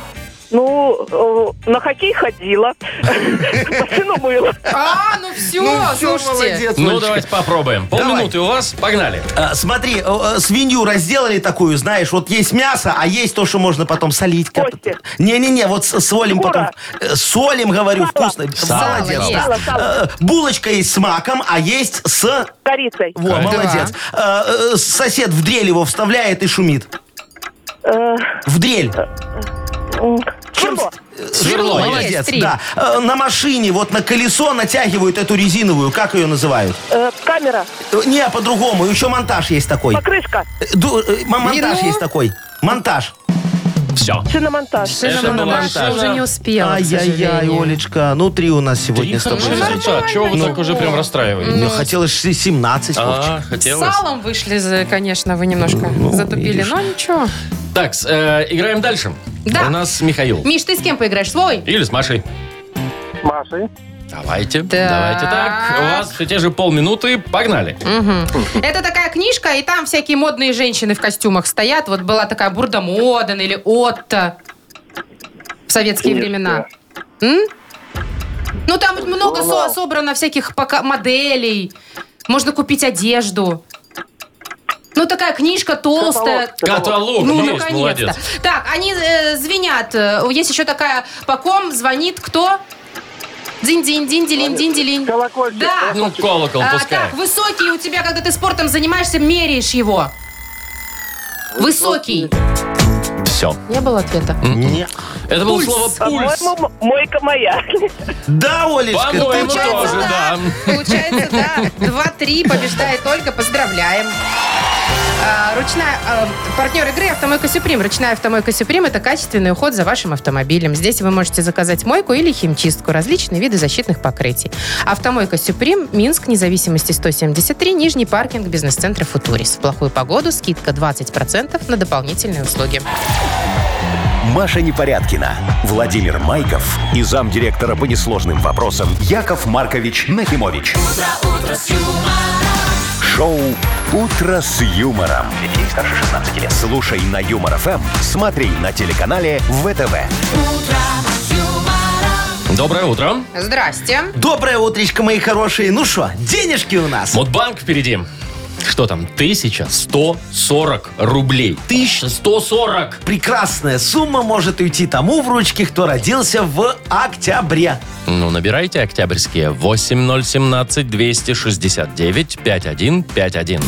Speaker 10: Ну, э, на хоккей
Speaker 8: [laughs]
Speaker 10: ходила, машину мыла.
Speaker 4: А, ну все,
Speaker 5: всё, молодец,
Speaker 2: Ну,
Speaker 5: Олечка.
Speaker 2: давайте попробуем. Полминуты у вас. Погнали.
Speaker 5: А, смотри, э, э, свинью разделали такую, знаешь, вот есть мясо, а есть то, что можно потом солить. как-
Speaker 10: Кости.
Speaker 5: Не-не-не, вот с- солим
Speaker 10: Шкура.
Speaker 5: потом. Э, Солим, говорю, вкусно.
Speaker 4: Сало
Speaker 5: Молодец,
Speaker 4: есть.
Speaker 5: да.
Speaker 10: Сало, сало.
Speaker 5: Э, Булочка есть с маком, а есть с...
Speaker 10: Корицей.
Speaker 5: Во,
Speaker 2: Да.
Speaker 5: молодец. Э, э, Сосед в дрель его вставляет и шумит.
Speaker 10: Э,
Speaker 5: В дрель.
Speaker 10: м, Чего?
Speaker 5: Э,
Speaker 4: Сверло есть,
Speaker 5: молодец,
Speaker 4: три.
Speaker 5: да. Э, На машине вот на колесо натягивают эту резиновую, как ее называют?
Speaker 10: Э, Камера.
Speaker 5: Э, Не, по-другому, еще монтаж есть такой.
Speaker 10: Покрышка.
Speaker 5: Э, ду- э, м- Монтаж
Speaker 4: Ну?
Speaker 5: есть такой. Монтаж.
Speaker 2: Все.
Speaker 10: Шиномонтаж.
Speaker 2: Это была Саша.
Speaker 4: уже не успела, к
Speaker 5: Ай-яй-яй,
Speaker 4: сожалению.
Speaker 5: Олечка, ну три у нас сегодня с тобой.
Speaker 2: А Чего вы так уже прям расстраиваетесь?
Speaker 5: Ну, хотелось ш- 17,
Speaker 2: А,
Speaker 5: Вовчик.
Speaker 4: С
Speaker 2: хотелось.
Speaker 4: салом вышли, за- конечно, вы немножко
Speaker 5: Ну,
Speaker 4: затупили,
Speaker 5: видишь.
Speaker 4: но ничего.
Speaker 2: Так, с, э, играем дальше.
Speaker 4: Да.
Speaker 2: У нас Михаил.
Speaker 4: Миш, ты с кем поиграешь? Свой?
Speaker 2: Или с Машей.
Speaker 8: С Машей.
Speaker 2: Давайте.
Speaker 4: Так.
Speaker 2: Давайте так. У вас все те же полминуты. Погнали.
Speaker 4: Это такая книжка, и там всякие модные женщины в костюмах стоят. Вот была такая Бурда Моден или Отто в советские
Speaker 8: Нет,
Speaker 4: времена. М? Ну, там много со- собрано всяких пока моделей. Можно купить одежду. Ну, такая книжка толстая.
Speaker 2: Каталог.
Speaker 4: Ну,
Speaker 2: есть,
Speaker 4: наконец-то.
Speaker 2: молодец.
Speaker 4: Так, они э, звенят. Э, Есть еще такая, по ком звонит кто? Динь-динь-динь-дилинь-динь-дилинь.
Speaker 8: Колокольчик.
Speaker 4: Да.
Speaker 2: Ну, колокол
Speaker 4: А,
Speaker 2: пускай.
Speaker 4: так, высокий у тебя, когда ты спортом занимаешься, меряешь его. Высокий.
Speaker 2: Все.
Speaker 4: Не было ответа.
Speaker 5: Не.
Speaker 2: Это было слово пульс.
Speaker 10: Э, По-моему, м- мойка моя.
Speaker 5: Да, Олечка,
Speaker 2: По-моему,
Speaker 5: ты права.
Speaker 2: Ну тоже, да.
Speaker 4: Получается, да, 2-3, побеждает Ольга, поздравляем. А, Ручная а, партнер игры «Автомойка Сюприм». Ручная «Автомойка Сюприм» — это качественный уход за вашим автомобилем. Здесь вы можете заказать мойку или химчистку, различные виды защитных покрытий. «Автомойка Сюприм», Минск, независимости 173, Нижний паркинг, бизнес-центр «Футурис». В плохую погоду скидка 20% на дополнительные услуги.
Speaker 1: Маша Непорядкина, Владимир Майков и замдиректора по несложным вопросам Яков Маркович Нахимович. Шоу «Утро с юмором». Детей старше 16 лет. Слушай на Юмор ФМ, смотри на телеканале ВТВ.
Speaker 2: Доброе утро.
Speaker 4: Здрасте.
Speaker 5: Доброе утречко, мои хорошие. Ну что, денежки у нас.
Speaker 2: Модбанк впереди. Что там? 1140 рублей. 1140.
Speaker 5: Прекрасная сумма может уйти тому в ручки, кто родился в октябре.
Speaker 2: Ну, набирайте октябрьские 8017-269-5151.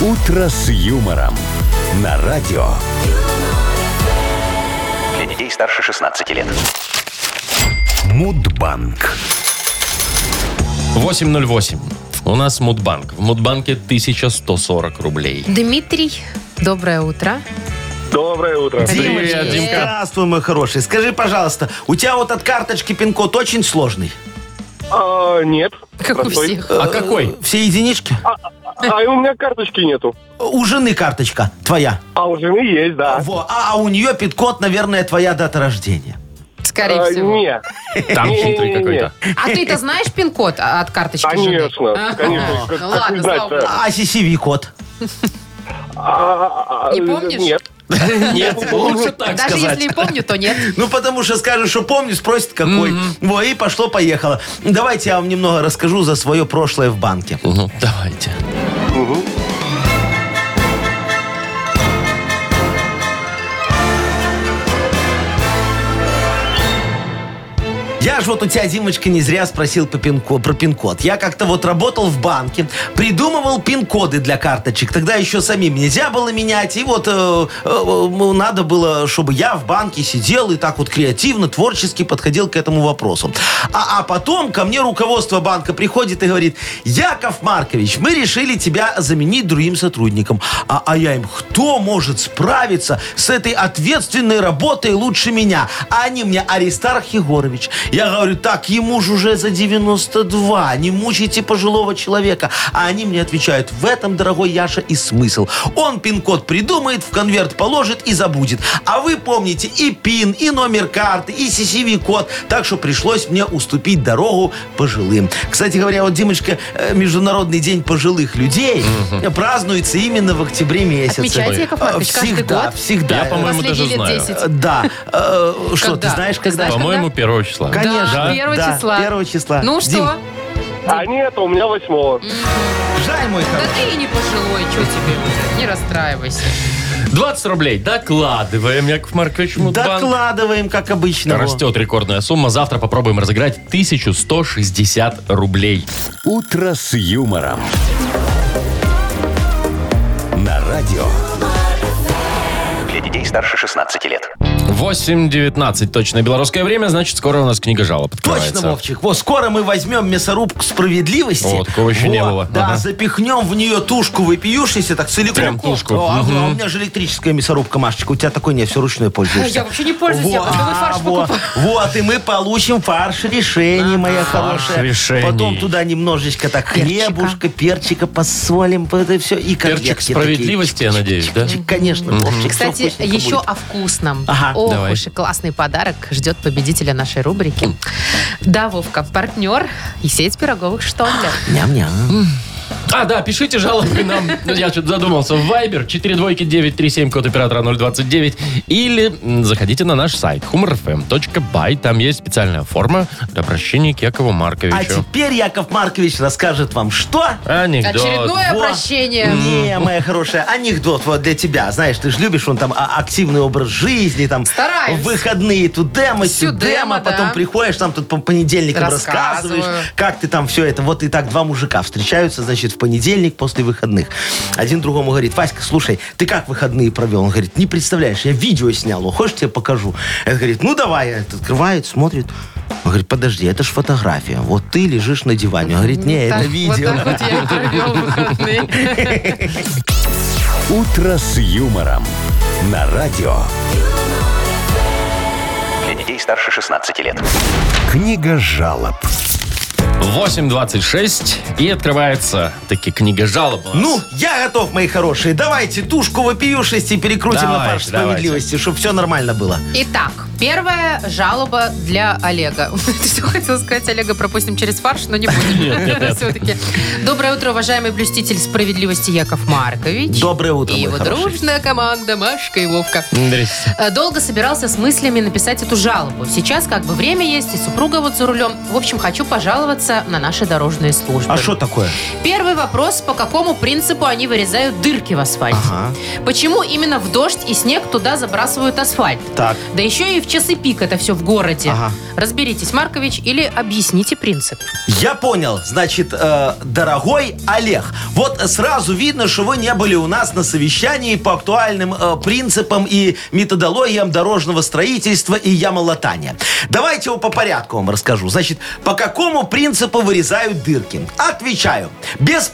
Speaker 1: «Утро с юмором» на радио.
Speaker 6: Для детей старше 16 лет.
Speaker 1: Мудбанк.
Speaker 2: 808. У нас Мудбанк. В Мудбанке 1140 рублей.
Speaker 4: Дмитрий, доброе утро.
Speaker 8: Доброе утро.
Speaker 2: Привет, Димка.
Speaker 5: Здравствуй, мой хороший. Скажи, пожалуйста, у тебя вот от карточки пин-код очень сложный?
Speaker 8: А, нет.
Speaker 4: Как у
Speaker 8: Простой.
Speaker 4: всех.
Speaker 2: А какой?
Speaker 5: Все единички?
Speaker 8: А и у меня карточки нету.
Speaker 5: У жены карточка твоя.
Speaker 8: А у жены есть, да.
Speaker 5: Во, а, а у нее пин-код, наверное, твоя дата рождения.
Speaker 4: С
Speaker 8: А,
Speaker 4: скорее всего.
Speaker 8: не,
Speaker 2: Там
Speaker 8: Не-не-не-не.
Speaker 2: хитрый какой-то.
Speaker 4: А ты-то знаешь пин-код а, от карточки ЖД?
Speaker 8: конечно,
Speaker 4: Ага.
Speaker 8: конечно. Как,
Speaker 4: Ну
Speaker 8: как
Speaker 4: ладно,
Speaker 8: не
Speaker 4: слава
Speaker 8: знать-то?
Speaker 4: богу.
Speaker 5: А CCV код.
Speaker 8: А, а,
Speaker 4: Не
Speaker 8: э,
Speaker 4: помнишь?
Speaker 8: Нет.
Speaker 4: [laughs]
Speaker 2: Нет, лучше так
Speaker 4: Даже если
Speaker 2: сказать.
Speaker 4: и помню, то [laughs] нет.
Speaker 5: Ну, потому что скажешь, что помню, спросит какой. Во, и пошло-поехало. Давайте я вам немного расскажу за свое прошлое в банке.
Speaker 2: Ну, давайте.
Speaker 5: Я ж вот у тебя, Димочка, не зря спросил по пин-ко- про пин-код. Я как-то вот работал в банке, придумывал пин-коды для карточек. Тогда еще самим нельзя было менять. И вот э, э, э, надо было, чтобы я в банке сидел и так вот креативно, творчески подходил к этому вопросу. А, а потом ко мне руководство банка приходит и говорит, Яков Маркович, мы решили тебя заменить другим сотрудником. А, а я им, кто может справиться с этой ответственной работой лучше меня? А они мне, Аристарх Егорович. Я говорю, так, ему же уже за 92, не мучайте пожилого человека. А они мне отвечают, в этом, дорогой Яша, и смысл. Он пин-код придумает, в конверт положит и забудет. А вы помните и пин, и номер карты, и CCV-код. Так что пришлось мне уступить дорогу пожилым. Кстати говоря, вот, Димочка, э, Международный день пожилых людей празднуется именно в октябре месяце.
Speaker 4: Отмечаете, Яков Маркович,
Speaker 5: Э,
Speaker 4: каждый
Speaker 5: всегда,
Speaker 4: год?
Speaker 5: Всегда.
Speaker 2: Я, по-моему, даже
Speaker 4: Последние
Speaker 2: знаю.
Speaker 4: лет 10.
Speaker 5: Э, Да. Э, Что, ты
Speaker 4: Когда?
Speaker 5: знаешь,
Speaker 4: Ты
Speaker 5: когда?
Speaker 4: знаешь,
Speaker 2: По-моему, первого числа.
Speaker 5: Конечно.
Speaker 4: Да, первого
Speaker 5: да,
Speaker 4: числа.
Speaker 5: первого числа.
Speaker 4: Ну
Speaker 5: Дим,
Speaker 4: что?
Speaker 8: А нет, у меня восьмого.
Speaker 5: жаль мой
Speaker 4: Да
Speaker 5: хороший.
Speaker 4: ты и не пожилой, что тебе уже? Не расстраивайся.
Speaker 2: 20 рублей. Докладываем, Яков Маркович Мудбанк.
Speaker 5: Докладываем, как обычно. во.
Speaker 2: Растет рекордная сумма. Завтра попробуем разыграть 1160 рублей.
Speaker 1: «Утро с юмором». На радио.
Speaker 6: Для детей старше 16 лет.
Speaker 2: 8.19 точно белорусское время, значит, скоро у нас книга жалоб
Speaker 5: Точно,
Speaker 2: открывается.
Speaker 5: Вовчик. Вот скоро мы возьмем мясорубку справедливости.
Speaker 2: О, такого еще не
Speaker 5: Во,
Speaker 2: было.
Speaker 5: Да,
Speaker 2: Ага.
Speaker 5: запихнем в нее тушку выпиющейся, так целиком.
Speaker 2: Прям тушку.
Speaker 5: О, а,
Speaker 2: Мгм.
Speaker 5: а у меня же электрическая мясорубка, Машечка. У тебя такой нет, все ручное пользуешься.
Speaker 4: Я вообще не пользуюсь, я готовый фарш
Speaker 5: а, вот,
Speaker 4: покупаю.
Speaker 5: вот, и мы получим фарш решений, моя хорошая.
Speaker 2: решений.
Speaker 5: Потом туда немножечко так
Speaker 4: Перчика.
Speaker 5: хлебушка, перчика посолим, вот это все. И
Speaker 2: Перчик
Speaker 5: котлетки такие.
Speaker 2: справедливости, я надеюсь, да?
Speaker 5: Чик-чик-чик, Конечно, Вовчик, всё
Speaker 4: Кстати,
Speaker 5: вкусненько
Speaker 4: еще
Speaker 5: будет.
Speaker 4: о вкусном.
Speaker 5: Ага,
Speaker 4: Ох
Speaker 2: давай.
Speaker 4: уж и классный подарок ждет победителя нашей рубрики. Да, Вовка, партнер и сеть пироговых штонлер.
Speaker 5: Ням-ням.
Speaker 2: А, да, пишите жалобы нам. Ну, [laughs] Я что-то задумался. В Viber 42937, код оператора 029. Или м, заходите на наш сайт humorfm.by. Там есть специальная форма для обращения к Якову
Speaker 5: А
Speaker 2: Марковичу.
Speaker 5: теперь Яков Маркович расскажет вам, что
Speaker 2: Анекдот.
Speaker 4: Очередное
Speaker 5: Во.
Speaker 4: обращение.
Speaker 5: Не, моя хорошая, анекдот вот для тебя. Знаешь, ты же любишь, он там а, активный образ жизни, там
Speaker 4: Стараюсь.
Speaker 5: в выходные тудема,
Speaker 4: Сюдема,
Speaker 5: сюдема, а потом
Speaker 4: да.
Speaker 5: приходишь, там тут по понедельникам рассказываешь,
Speaker 4: Рассказываю.
Speaker 5: как ты там все это. Вот и так два мужика встречаются, значит, в понедельник после выходных. Один другому говорит, Васька, слушай, ты как выходные провел? Он говорит, не представляешь, я видео снял, о, хочешь, тебе покажу? Это говорит, ну давай, Этот открывает, смотрит. Он говорит, подожди, это ж фотография. Вот ты лежишь на диване. Он говорит, не, это
Speaker 4: Так, Вот
Speaker 5: видео.
Speaker 4: так вот я и провел [laughs] выходные.
Speaker 1: «Утро с юмором». На радио.
Speaker 6: Для детей старше 16 лет.
Speaker 1: Книга жалоб.
Speaker 2: 8.26. И открывается таки книга жалоб. у нас.
Speaker 5: Ну, я готов, мои хорошие. Давайте тушку вопиюшести перекрутим на
Speaker 2: Давайте,
Speaker 5: фарш
Speaker 2: давайте.
Speaker 5: справедливости, чтобы все нормально было.
Speaker 4: Итак, первая жалоба для Олега. [laughs] Все хотел сказать, Олега пропустим через фарш, но не
Speaker 5: [laughs]
Speaker 2: Нет, нет, нет.
Speaker 4: будем. Все-таки. Доброе утро, уважаемый блюститель справедливости Яков Маркович.
Speaker 5: Доброе утро,
Speaker 4: И
Speaker 5: мой
Speaker 4: его
Speaker 5: хороший.
Speaker 4: дружная команда Машка и Вовка.
Speaker 2: Здрасте.
Speaker 4: Э, Долго собирался с мыслями написать эту жалобу. Сейчас как бы время есть, и супруга вот за рулем. В общем, хочу пожаловаться на наши дорожные службы.
Speaker 5: А что такое?
Speaker 4: Первый вопрос, по какому принципу они вырезают дырки в асфальте?
Speaker 5: Ага.
Speaker 4: Почему именно в дождь и снег туда забрасывают асфальт?
Speaker 5: Так.
Speaker 4: Да еще и в часы пик это все в городе.
Speaker 5: Ага.
Speaker 4: Разберитесь, Маркович, или объясните принцип.
Speaker 5: Я понял. Значит, э, дорогой Олег, вот сразу видно, что вы не были у нас на совещании по актуальным э, принципам и методологиям дорожного строительства и ямолотания. Давайте его по порядку вам расскажу. Значит, по какому принципу вырезают дырки? Отвечаю.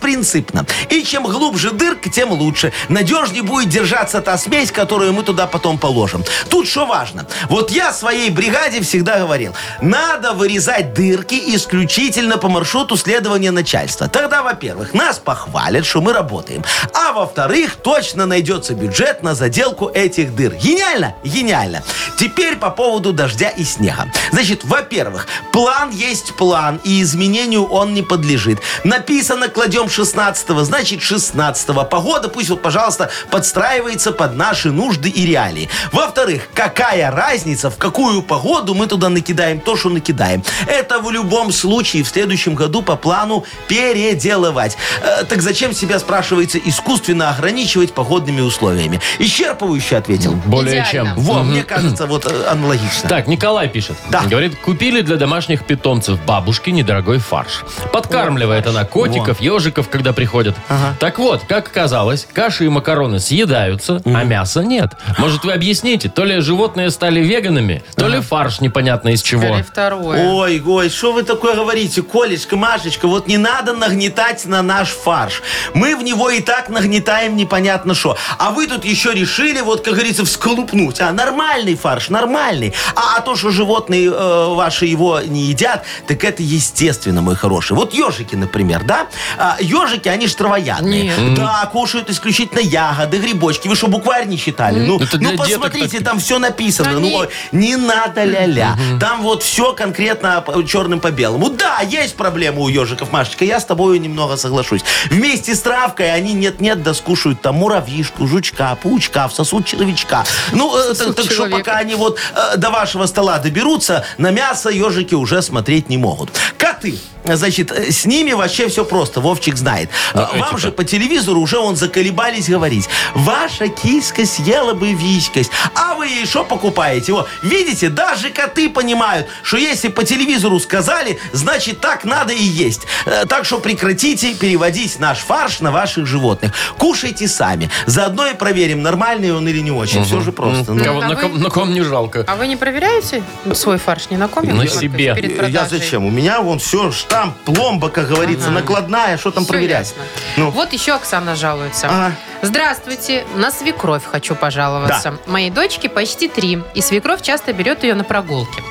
Speaker 5: Беспринципно. И чем глубже дырка, тем лучше. Надежнее будет держаться та смесь, которую мы туда потом положим. Тут что важно. Вот Вот я своей бригаде всегда говорил, надо вырезать дырки исключительно по маршруту следования начальства. Тогда, во-первых, нас похвалят, что мы работаем. А во-вторых, точно найдется бюджет на заделку этих дыр. Гениально? Гениально. Теперь по поводу дождя и снега. Значит, во-первых, план есть план, и изменению он не подлежит. Написано, кладем 16 значит 16 Погода пусть вот, пожалуйста, подстраивается под наши нужды и реалии. Во-вторых, какая разница, в какую погоду мы туда накидаем то, что накидаем. Это в любом случае в следующем году по плану переделывать. Э, так зачем себя, спрашивается, искусственно ограничивать погодными условиями? Исчерпывающе ответил.
Speaker 2: Более
Speaker 4: Идеально.
Speaker 2: чем.
Speaker 5: Во, мне кажется, вот э, аналогично.
Speaker 2: Так, Николай пишет.
Speaker 5: Да.
Speaker 2: Говорит, купили для домашних питомцев бабушки недорогой фарш. Подкармливает она котиков, ежиков, когда приходят. Так вот, как оказалось, каши и макароны съедаются, а мяса нет. Может, вы объясните, то ли животные стали веганами, то ли фарш непонятно из чего.
Speaker 4: Или второе.
Speaker 5: Ой, ой, что вы такое говорите, Колечка, Машечка, вот не надо нагнетать на наш фарш. Мы в него и так нагнетаем непонятно что. А вы тут еще решили, вот, как говорится, всколупнуть. А нормальный фарш, нормальный. А, а то, что животные э, ваши его не едят, так это естественно, мой хороший. Вот ежики, например, да? А, ежики, они ж травоядные. Да, кушают исключительно ягоды, грибочки. Вы что, букварь не считали? Ну,
Speaker 2: Это для
Speaker 5: ну
Speaker 2: деток
Speaker 5: посмотрите,
Speaker 2: так-
Speaker 5: там все написано.
Speaker 4: Они-
Speaker 5: Ну, ой, не надо ля-ля. Там вот все конкретно по- черным по белому. Да, есть проблема у ежиков, Машечка, я с тобою немного соглашусь. Вместе с травкой они нет-нет доскушают там муравьишку, жучка, паучка, всосут человечка. Ну, э, так, так что
Speaker 4: человека.
Speaker 5: пока они вот э, до вашего стола доберутся, на мясо ежики уже смотреть не могут. Коты. Значит, э, с ними вообще все просто, Вовчик знает. Э, Вам же по телевизору уже он заколебались говорить. Ваша киска съела бы виськость. А вы ей что покупаете? Во, видите, даже коты понимают, что если по телевизору сказали, значит так надо и есть. Э, Так что прекратите переводить наш фарш на ваших животных. Кушайте сами. Заодно и проверим, нормальный он или не очень. Все же просто. ну.
Speaker 2: Кого-
Speaker 4: а
Speaker 2: на,
Speaker 4: вы-
Speaker 2: ком, на ком не жалко.
Speaker 4: А вы не проверяете свой фарш ни на ком?
Speaker 2: На
Speaker 4: Яков Маркович,
Speaker 2: себе.
Speaker 4: перед
Speaker 5: Я
Speaker 4: продажей?
Speaker 5: зачем? У меня вон все, штамп, пломба, как говорится, накладная, что там
Speaker 4: Всё
Speaker 5: проверять?
Speaker 4: ясно.
Speaker 5: Ну.
Speaker 4: Вот еще Оксана жалуется.
Speaker 5: Ага.
Speaker 4: Здравствуйте, на свекровь хочу пожаловаться. Моей дочке почти три, и свекровь часто берет ее на прогулки.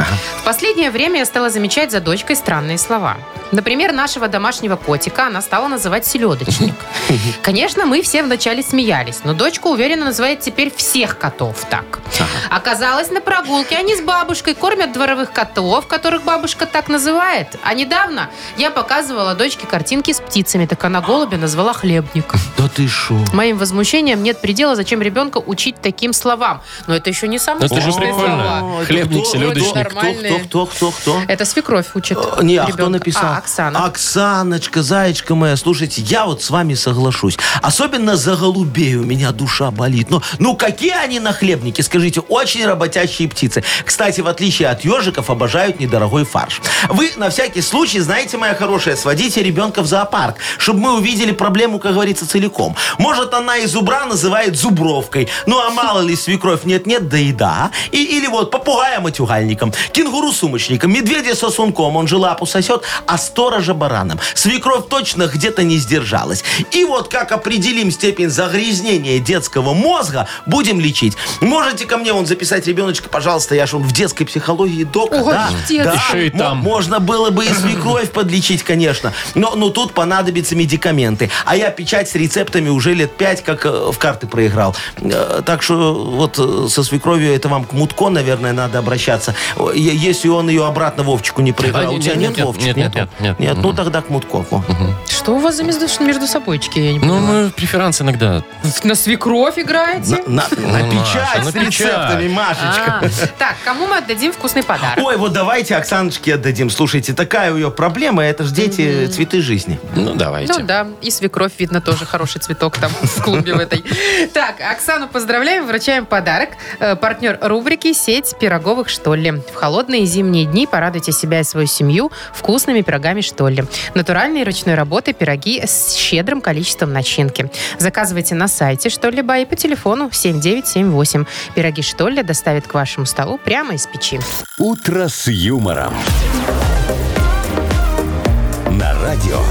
Speaker 4: В последнее время я стала замечать за дочкой странные слова. Например, нашего домашнего котика она стала называть селедочник. Конечно, мы все вначале смеялись, но дочка уверенно называет теперь всех котов так. Оказалось, на прогулке они с бабушкой кормят дворовых котов, которых бабушка так называет. А недавно я показывала дочке картинки с птицами, так она голубя назвала хлебник.
Speaker 5: Да ты шо?
Speaker 4: Моим возмущением нет предела, зачем ребенка учить таким словам. Но это еще не
Speaker 2: Ну,
Speaker 4: самые
Speaker 2: это же
Speaker 4: страшные слова.
Speaker 2: прикольно.
Speaker 5: Ой,
Speaker 2: Хлебник,
Speaker 5: кто-
Speaker 2: селедочник.
Speaker 5: кто- Кто, кто, кто, кто, кто?
Speaker 4: Это свекровь учит
Speaker 5: Э, Не, а кто
Speaker 4: ребенка.
Speaker 5: написал?
Speaker 4: А, Оксана.
Speaker 5: Оксаночка, зайчка моя, слушайте, я вот с вами соглашусь. Особенно за голубей у меня душа болит. Но, ну какие они нахлебники, скажите, очень работящие птицы. Кстати, в отличие от ежиков, обожают недорогой фарш. Вы на всякий случай, знаете, моя хорошая, сводите ребенка в зоопарк, чтобы мы увидели проблему, как говорится, целиком. Может, она из зубра называет зубровкой. Ну, а мало ли свекровь нет-нет, да и да. И, или вот попугая-матюгальником, кенгуру-сумочником, медведя-сосунком, он же лапу сосет, а сторожа бараном. Свекровь точно где-то не сдержалась. И вот как определим степень загрязнения детского мозга, будем лечить. Можете ко мне вон записать ребеночка, пожалуйста, я же он в детской психологии доктор.
Speaker 4: Ой,
Speaker 5: да,
Speaker 4: дед.
Speaker 5: да.
Speaker 2: Еще и
Speaker 5: Мо-
Speaker 2: там.
Speaker 5: Можно было бы и свекровь подлечить, конечно. Но, но тут понадобятся медикаменты. А я печать с рецептами уже лет пять, как э, в карты проиграл. Э, Так что вот э, со свекровью это вам к Мутко, наверное, надо обращаться. О, е- Если он ее обратно Вовчику не
Speaker 2: А,
Speaker 5: проиграл. У
Speaker 2: не-
Speaker 5: тебя
Speaker 2: не-
Speaker 5: нет,
Speaker 2: нет,
Speaker 5: Вовчик?
Speaker 2: нет, нет,
Speaker 5: Нету?
Speaker 2: нет, нет.
Speaker 5: Нет, ну тогда к Мутко. во.
Speaker 4: Что у вас за между, между собойчики? Я не
Speaker 2: Ну,
Speaker 4: понимаю.
Speaker 2: мы преферанс иногда.
Speaker 4: На свекровь играете?
Speaker 5: На, на- на
Speaker 2: Ну,
Speaker 5: печать
Speaker 2: Маша,
Speaker 5: с
Speaker 2: на печать. А.
Speaker 5: рецептами, Машечка.
Speaker 4: А, так, кому мы отдадим вкусный подарок?
Speaker 5: Ой, вот давайте Оксаночке отдадим. Слушайте, такая у ее проблема, это же дети цветы жизни.
Speaker 2: Ну,
Speaker 4: Ну
Speaker 2: давайте.
Speaker 4: да, и свекровь, видно, тоже хороший цветок там [laughs] в клубе в этой. Так, Оксану поздравляем, вручаем подарок. Э, Партнер рубрики «Сеть пироговых что ли». В холодные зимние дни порадуйте себя и свою семью вкусными пирогами что ли. Натуральные ручной работы пироги с щедрым количеством начинки. Заказывайте на сайте что либо и по телефону 7978. Пироги что ли доставят к вашему столу прямо из печи.
Speaker 1: «Утро с юмором». На радио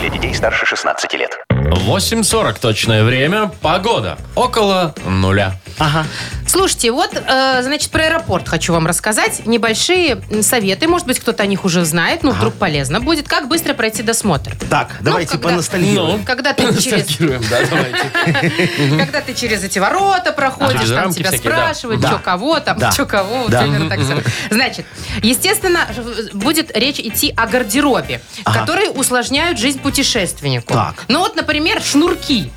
Speaker 6: Для детей старше 16 лет.
Speaker 2: 8.40 точное время. Погода около нуля.
Speaker 5: Ага.
Speaker 4: Слушайте, вот, э, значит, про аэропорт хочу вам рассказать. Небольшие м, советы. Может быть, кто-то о них уже знает, но вдруг полезно будет. Как быстро пройти досмотр?
Speaker 5: Так, давайте
Speaker 4: когда-
Speaker 5: поностальгируем.
Speaker 2: Ну.
Speaker 4: Когда
Speaker 5: [coughs]
Speaker 4: ты через,
Speaker 2: Стартируем, да, давайте.
Speaker 4: [laughs] когда ты через эти ворота проходишь,
Speaker 2: Через
Speaker 4: там
Speaker 2: рамки
Speaker 4: тебя
Speaker 2: всякие, да.
Speaker 4: спрашивают,
Speaker 5: Да.
Speaker 4: что кого там,
Speaker 5: Да.
Speaker 4: что кого, вот
Speaker 5: Да.
Speaker 4: примерно так всё. Значит, естественно, ж- будет речь идти о гардеробе,
Speaker 5: Ага.
Speaker 4: которые усложняют жизнь путешественнику.
Speaker 5: Так.
Speaker 4: Ну вот, например, шнурки.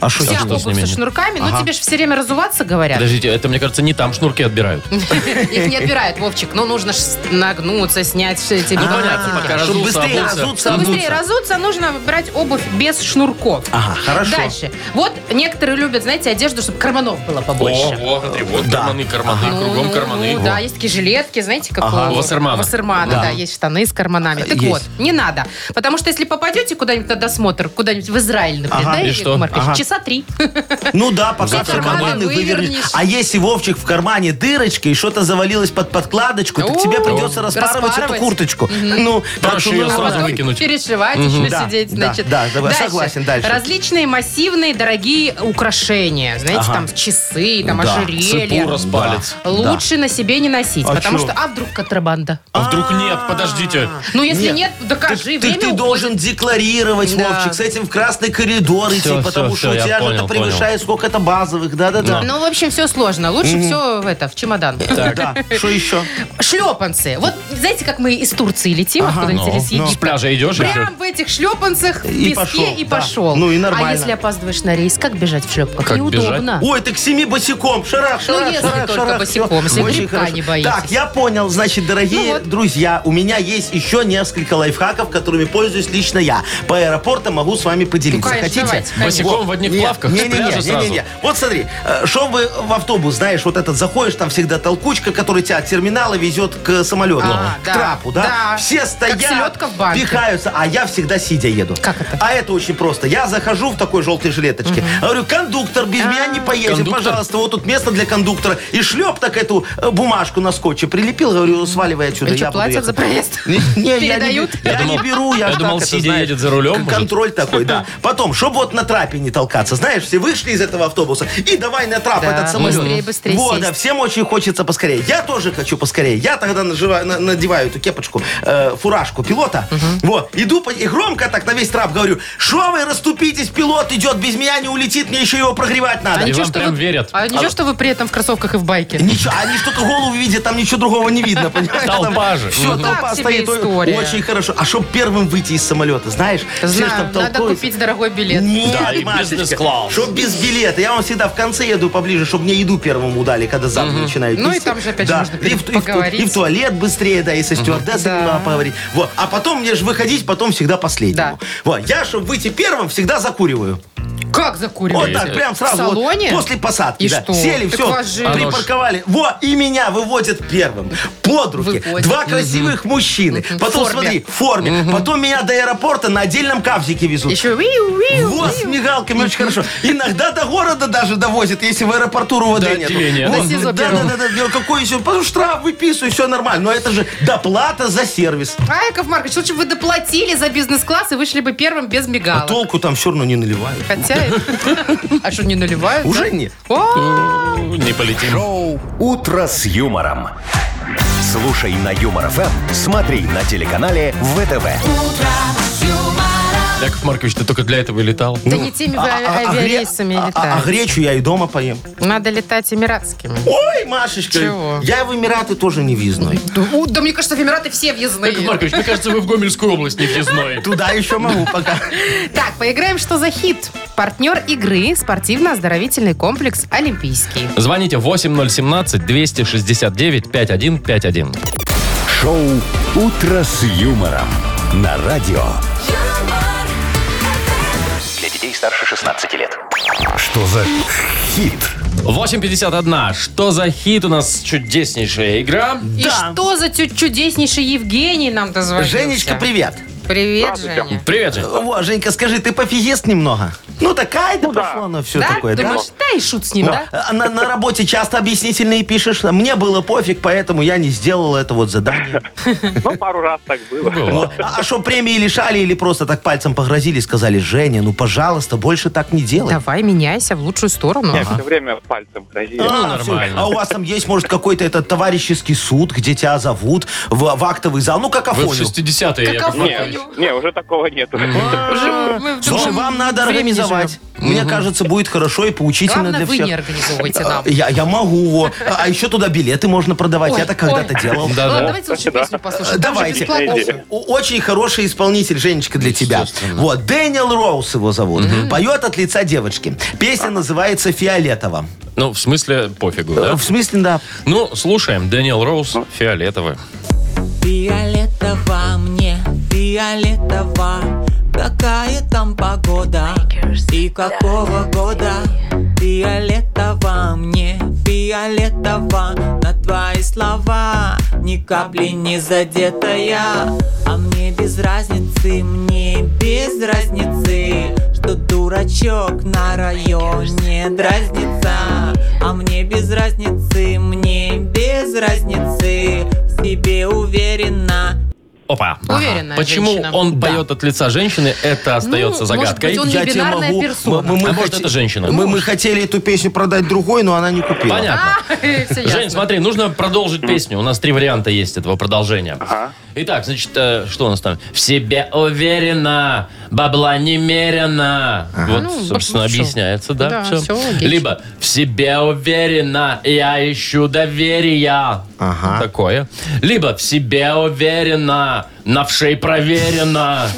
Speaker 5: А что
Speaker 4: Вся
Speaker 2: что с
Speaker 4: обувь
Speaker 2: ними?
Speaker 4: со шнурками, ну
Speaker 5: Ага.
Speaker 4: тебе же все время разуваться говорят.
Speaker 2: Подождите, это, мне кажется, не там шнурки отбирают.
Speaker 4: Их не отбирают, Вовчик. Ну, нужно ж нагнуться, снять все эти
Speaker 2: Ну, понятно, пока
Speaker 5: чтобы
Speaker 2: разулся,
Speaker 5: быстрее
Speaker 2: обулся.
Speaker 5: разуться,
Speaker 4: Чтобы быстрее разуться, нужно брать обувь без шнурков.
Speaker 5: Ага, хорошо.
Speaker 4: Дальше. Вот некоторые любят, знаете, одежду, чтобы карманов было побольше.
Speaker 2: О, о, смотри, вот
Speaker 5: Да.
Speaker 2: карманы, карманы,
Speaker 4: Ну,
Speaker 2: кругом
Speaker 4: ну,
Speaker 2: карманы.
Speaker 4: ну, да, есть такие жилетки, знаете, как
Speaker 5: Ага.
Speaker 4: у
Speaker 2: Вассермана.
Speaker 4: Вассермана, да. есть штаны с карманами. Так
Speaker 5: Есть.
Speaker 4: вот, не надо. Потому что если попадете куда-нибудь на досмотр, куда-нибудь в Израиль, например,
Speaker 5: Ага.
Speaker 4: да,
Speaker 2: И
Speaker 4: Яков
Speaker 2: что?
Speaker 4: Маркович,
Speaker 5: Ага.
Speaker 4: часа три.
Speaker 5: Ну да, пока
Speaker 4: Все карманы
Speaker 5: карманы
Speaker 4: вывернешь.
Speaker 5: вывернешь. А если Вовчик в кармане дырочка и что-то завалилось под подкладочку, так
Speaker 4: О,
Speaker 5: тебе придется распарывать эту
Speaker 4: распарывать.
Speaker 5: курточку. Ну, так
Speaker 2: Проще
Speaker 5: что,
Speaker 2: ее
Speaker 5: ну,
Speaker 2: сразу
Speaker 5: ладно.
Speaker 2: выкинуть.
Speaker 4: Перешивать, еще
Speaker 5: Да,
Speaker 4: сидеть,
Speaker 5: да,
Speaker 4: значит.
Speaker 5: да, давай, согласен, дальше.
Speaker 4: Различные массивные дорогие украшения. Знаете,
Speaker 5: Ага.
Speaker 4: там часы, там
Speaker 5: Да,
Speaker 4: ожерелья.
Speaker 2: Цепу распалец.
Speaker 4: Лучше на себе не носить,
Speaker 5: А
Speaker 4: потому
Speaker 5: чё?
Speaker 4: что, а вдруг контрабанда?
Speaker 2: А вдруг нет, подождите.
Speaker 4: Ну, если
Speaker 5: Нет.
Speaker 4: нет,
Speaker 5: Ты,
Speaker 4: докажи,
Speaker 5: ты-
Speaker 4: время
Speaker 5: ты
Speaker 4: уходит.
Speaker 5: должен декларировать,
Speaker 4: Да.
Speaker 5: Вовчик, с этим в красный коридор идти,
Speaker 2: Всё,
Speaker 5: потому
Speaker 2: всё,
Speaker 5: что
Speaker 2: всё,
Speaker 5: у
Speaker 2: я
Speaker 5: тебя же
Speaker 2: понял,
Speaker 5: это превышает сколько-то базовых, да-да-да.
Speaker 4: Ну, в общем, все сложно. Лучше все в это, в чемодан.
Speaker 5: Да, что еще?
Speaker 4: Шлепанцы. Вот знаете, как мы из Турции летим, откуда-нибудь или с
Speaker 2: С
Speaker 4: Египта?
Speaker 2: пляжа идешь и всё.
Speaker 4: Прям в этих шлепанцах, в
Speaker 5: Ну, И
Speaker 4: песке
Speaker 5: пошел,
Speaker 4: и
Speaker 5: да.
Speaker 4: пошел.
Speaker 5: Ну и нормально.
Speaker 4: А если опаздываешь на рейс, как бежать в шлепках?
Speaker 2: Как
Speaker 4: Неудобно.
Speaker 5: Ой, так семи босиком, шарах, шарах,
Speaker 4: если
Speaker 5: шарах,
Speaker 4: Ну, только
Speaker 5: шарах,
Speaker 4: босиком,
Speaker 5: всё.
Speaker 4: если
Speaker 5: Очень
Speaker 4: грибка
Speaker 5: хорошо.
Speaker 4: не боитесь.
Speaker 5: Так, я понял, значит,
Speaker 4: Ну
Speaker 5: дорогие
Speaker 4: вот.
Speaker 5: друзья, у меня есть еще несколько лайфхаков, которыми пользуюсь лично я. По аэропортам могу с вами поделиться.
Speaker 4: Ну, конечно,
Speaker 5: Хотите?
Speaker 4: давайте,
Speaker 2: Босиком в одних
Speaker 5: Нет,
Speaker 2: плавках
Speaker 5: не,
Speaker 2: с
Speaker 5: не, не,
Speaker 2: пляжа
Speaker 5: не,
Speaker 2: сразу.
Speaker 5: не, не. Вот смотри, э, шел бы в автобус, знаешь, вот этот заходишь, там всегда толкучка, который тебя от терминала везет к самолету,
Speaker 4: А,
Speaker 5: к
Speaker 4: да.
Speaker 5: трапу, да?
Speaker 4: Да.
Speaker 5: Все
Speaker 4: Как
Speaker 5: стоят,
Speaker 4: селедка в банке.
Speaker 5: пихаются, а я всегда сидя еду.
Speaker 4: Как это?
Speaker 5: А это очень просто. Я захожу в такой желтой жилеточке, говорю, кондуктор, без меня
Speaker 4: А,
Speaker 5: не поедем,
Speaker 2: Кондуктор?
Speaker 5: пожалуйста, вот тут место для кондуктора. И шлеп так эту э, бумажку на скотче прилепил, говорю, сваливай отсюда.
Speaker 4: И что,
Speaker 5: я буду
Speaker 4: платят
Speaker 5: ехать».
Speaker 4: за проезд?
Speaker 5: [laughs] Не, не, я не-
Speaker 4: Передают?
Speaker 5: Я,
Speaker 2: Я думал-
Speaker 5: не беру, я,
Speaker 2: я
Speaker 5: ж
Speaker 2: думал,
Speaker 5: так, это,
Speaker 2: сидя
Speaker 5: знаешь,
Speaker 2: едет за рулем,
Speaker 5: к- Контроль
Speaker 2: [laughs]
Speaker 5: такой, да. Потом, чтобы вот на трапе не толкаться. Знаешь, все вышли из этого автобуса и давай на трап
Speaker 4: Да,
Speaker 5: этот самолет.
Speaker 4: быстрее, быстрее
Speaker 5: Вот,
Speaker 4: сесть.
Speaker 5: да, всем очень хочется поскорее. Я тоже хочу поскорее. Я тогда наживаю- на- надеваю эту кепочку, э, фуражку пилота. Вот, иду по- и громко так на весь трап говорю, шо вы расступитесь, пилот идет, без меня не улетит, мне еще его прогревать надо.
Speaker 2: И
Speaker 4: ничего,
Speaker 2: вам
Speaker 4: что
Speaker 2: прям
Speaker 4: вы-
Speaker 2: верят.
Speaker 4: А ничего, что вы при этом в кроссовках и в байке.
Speaker 5: Ничего, они что-то голову видят, там ничего другого не видно, понимаешь?
Speaker 2: Толпа же.
Speaker 5: Все,
Speaker 4: Ну,
Speaker 5: толпа
Speaker 4: так себе
Speaker 5: стоит. Ой,
Speaker 4: история.
Speaker 5: Очень хорошо. А чтоб первым выйти из самолета, знаешь? все ж
Speaker 4: Знаю,
Speaker 5: там
Speaker 4: надо
Speaker 5: толкаются.
Speaker 4: купить дорогой билет.
Speaker 5: Нет,
Speaker 2: Да, и
Speaker 5: Машечка,
Speaker 2: бизнес-класс.
Speaker 5: Чтоб без билета. Я вам всегда в конце еду поближе, чтобы мне еду первому удали, когда зад начинают
Speaker 4: Ну и
Speaker 5: нести.
Speaker 4: там же опять
Speaker 5: Да.
Speaker 4: можно
Speaker 5: и в, и в ту-
Speaker 4: поговорить.
Speaker 5: и в туалет быстрее, да, и со стюардессой
Speaker 4: Да.
Speaker 5: надо поговорить. Вот. А потом мне же выходить потом всегда последнему.
Speaker 4: Да.
Speaker 5: Вот. Я, чтобы выйти первым, всегда закуриваю.
Speaker 4: Как закуривать?
Speaker 5: Вот так, прям сразу.
Speaker 4: В
Speaker 5: вот
Speaker 4: салоне?
Speaker 5: после посадки,
Speaker 4: И
Speaker 5: да.
Speaker 4: что?
Speaker 5: Сели,
Speaker 4: Так
Speaker 5: все,
Speaker 4: вас же-
Speaker 5: припарковали. Во, и меня выводят первым. Под руки.
Speaker 4: Выводят.
Speaker 5: Два красивых мужчины. Потом,
Speaker 4: В форме.
Speaker 5: смотри, в форме. Потом меня до аэропорта на отдельном кавзике везут.
Speaker 4: Еще виу, виу,
Speaker 5: Вот, с
Speaker 4: виу.
Speaker 5: мигалками очень хорошо. Иногда до города даже довозят, если в аэропорту РУВД
Speaker 2: До
Speaker 5: нету.
Speaker 2: отделения,
Speaker 5: Вот,
Speaker 4: да. На СИЗО
Speaker 5: Да, да,
Speaker 4: первого.
Speaker 5: да, да, да, какой еще? Потому что штраф выписывай, все нормально. Но это же доплата за сервис.
Speaker 4: А, Яков Маркович, лучше бы вы доплатили за бизнес-класс и вышли бы первым без
Speaker 5: А
Speaker 4: мигалок.
Speaker 5: толку там все равно не наливают.
Speaker 4: Хотя... [laughs] А что, не наливают? да?
Speaker 5: Уже нет.
Speaker 4: О,
Speaker 2: Ну, Не полетим.
Speaker 1: Шоу «Утро с юмором». Слушай на Юмор ФМ, смотри на телеканале ВТВ.
Speaker 2: Яков Маркович, ты только для этого и летал.
Speaker 4: Да не теми вы
Speaker 5: А- а- а гре-
Speaker 4: авиарейсами
Speaker 5: а- а- а
Speaker 4: летаете.
Speaker 5: гречу я и дома поем.
Speaker 4: Надо летать эмиратскими.
Speaker 5: Ой, Машечка,
Speaker 4: Чего?
Speaker 5: я в Эмираты тоже не въездной.
Speaker 4: У, Да мне кажется, в Эмираты все
Speaker 2: Яков
Speaker 4: въездные.
Speaker 2: Маркович, мне кажется, вы в Гомельскую область не въездной.
Speaker 5: Туда еще могу пока.
Speaker 4: Так, поиграем «Что за хит?» Партнер игры – спортивно-оздоровительный комплекс «Олимпийский».
Speaker 2: Звоните 8017-269-5151.
Speaker 1: Шоу «Утро с юмором» на радио.
Speaker 9: юмор,
Speaker 6: Для детей старше 16 лет.
Speaker 1: Что за хит?
Speaker 2: 8.51. Что за хит у нас чудеснейшая игра?
Speaker 4: И что за тю- чудеснейший Евгений нам дозвонился?
Speaker 5: Женечка, привет.
Speaker 4: Привет, Женя.
Speaker 2: Привет, Жень.
Speaker 5: Во, Женька, скажи, ты пофигест немного? Ну, такая да
Speaker 10: Ну, да.
Speaker 5: пошла она, все
Speaker 4: Да?
Speaker 5: такое, да?
Speaker 4: Думаешь, да и шут с ним, да?
Speaker 5: А На, на работе часто объяснительные пишешь. А Мне было пофиг, поэтому я не сделал это вот задание.
Speaker 8: Ну, пару раз так было.
Speaker 2: Бывало.
Speaker 5: А что, премии лишали или просто так пальцем погрозили, сказали, Женя, ну, пожалуйста, больше так не делай.
Speaker 4: Давай меняйся в лучшую сторону.
Speaker 8: Все время пальцем грозили.
Speaker 5: А,
Speaker 4: ну,
Speaker 5: всё.
Speaker 2: нормально.
Speaker 5: А у вас там есть, может, какой-то этот товарищеский суд, где тебя зовут в, в актовый зал? Ну, как
Speaker 2: Вы в 60-е, я
Speaker 4: Каков-
Speaker 8: Не, не, уже такого нету. [laughs]
Speaker 4: Уже мы в
Speaker 5: Слушай,
Speaker 4: другом
Speaker 5: вам надо
Speaker 4: времени
Speaker 5: организовать. Мне кажется, будет хорошо и поучительно
Speaker 4: Главное,
Speaker 5: для
Speaker 4: вы
Speaker 5: всех.
Speaker 4: не организовывайте нам.
Speaker 5: А, Я, я могу. во. А а еще туда билеты можно продавать.
Speaker 4: Ой,
Speaker 5: я так когда-то
Speaker 4: ой.
Speaker 5: делал. Э,
Speaker 2: Да,
Speaker 4: Ладно,
Speaker 2: да.
Speaker 4: Ну, давайте лучше песню послушаем. Там же
Speaker 5: Давайте.
Speaker 4: бесплатно.
Speaker 8: Идея.
Speaker 5: О- Очень хороший исполнитель, Женечка, для тебя. Вот, Дэниел Роуз его зовут. Поет от лица девочки. Песня называется «Фиолетово».
Speaker 2: Ну, в смысле, пофигу,
Speaker 5: Э,
Speaker 2: да?
Speaker 5: В смысле, да.
Speaker 2: Ну, слушаем. Дэниел Роуз, фиолетовый.
Speaker 9: Фиолетово мне, фиолетово Какая там погода и какого года Фиолетово мне, фиолетово На твои слова ни капли не задетая А мне без разницы, мне без разницы Что дурачок на районе дразнится А мне без разницы, мне без разницы В себе уверена
Speaker 2: Опа.
Speaker 4: Уверенная
Speaker 2: Почему
Speaker 4: женщина.
Speaker 2: он
Speaker 4: Да.
Speaker 2: поет от лица женщины, это остается
Speaker 4: может
Speaker 2: загадкой.
Speaker 4: быть, он
Speaker 5: Я
Speaker 4: не
Speaker 5: тебе
Speaker 4: бинарная
Speaker 5: могу...
Speaker 4: персона.
Speaker 2: А может, это женщина?
Speaker 5: Мы, мы хотели эту песню продать другой, но она не купила.
Speaker 2: Понятно.
Speaker 4: [laughs]
Speaker 2: Жень, смотри, нужно продолжить песню. У нас три варианта есть этого продолжения. Итак, значит, э, что у нас там? В себе уверена, бабла немерена. Вот,
Speaker 4: Ну,
Speaker 2: собственно,
Speaker 4: бабла, всё.
Speaker 2: объясняется, да?
Speaker 4: Да,
Speaker 2: всё.
Speaker 4: всё логично.
Speaker 2: Либо в себе уверена, я ищу доверия.
Speaker 5: Ага.
Speaker 2: Такое. Либо в себе уверена, на вшей проверена.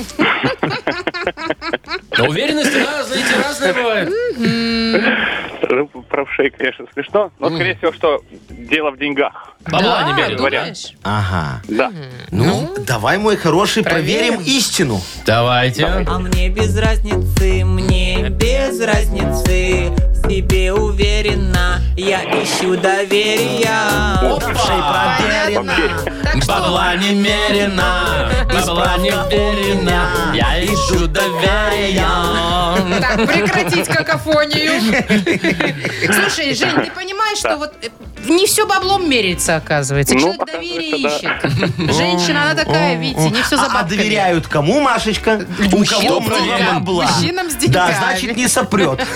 Speaker 2: Но уверенность, да, знаете, разная бывает.
Speaker 8: Ну, Про вшей, конечно, смешно. Но, скорее всего, что дело в деньгах.
Speaker 2: Бабла немерена.
Speaker 8: вариант.
Speaker 5: Ага.
Speaker 8: Да.
Speaker 5: Ну, давай, мой хороший,
Speaker 4: Проверим.
Speaker 5: проверим истину.
Speaker 2: Давайте.
Speaker 9: А мне без разницы, мне без разницы В себе уверена, я ищу доверия
Speaker 5: Хороший проверим.
Speaker 4: Так что,
Speaker 2: Бабла немерена, бабла неверена, я ищу доверия.
Speaker 4: так, прекратить какофонию. Слушай, Жень, ты понимаешь, что вот э, не все баблом меряется, оказывается.
Speaker 8: Ну,
Speaker 4: Человек
Speaker 8: оказывается,
Speaker 4: доверие
Speaker 8: да.
Speaker 4: ищет. Женщина, она такая, видите, не все за
Speaker 5: А, а
Speaker 4: бабками. Э,
Speaker 5: доверяют кому, Машечка? У кого
Speaker 4: Мужчинам с
Speaker 5: много
Speaker 4: деньгами.
Speaker 5: бабла.
Speaker 4: Мужчинам с
Speaker 5: Да,
Speaker 4: деньгами.
Speaker 5: значит, не сопрет.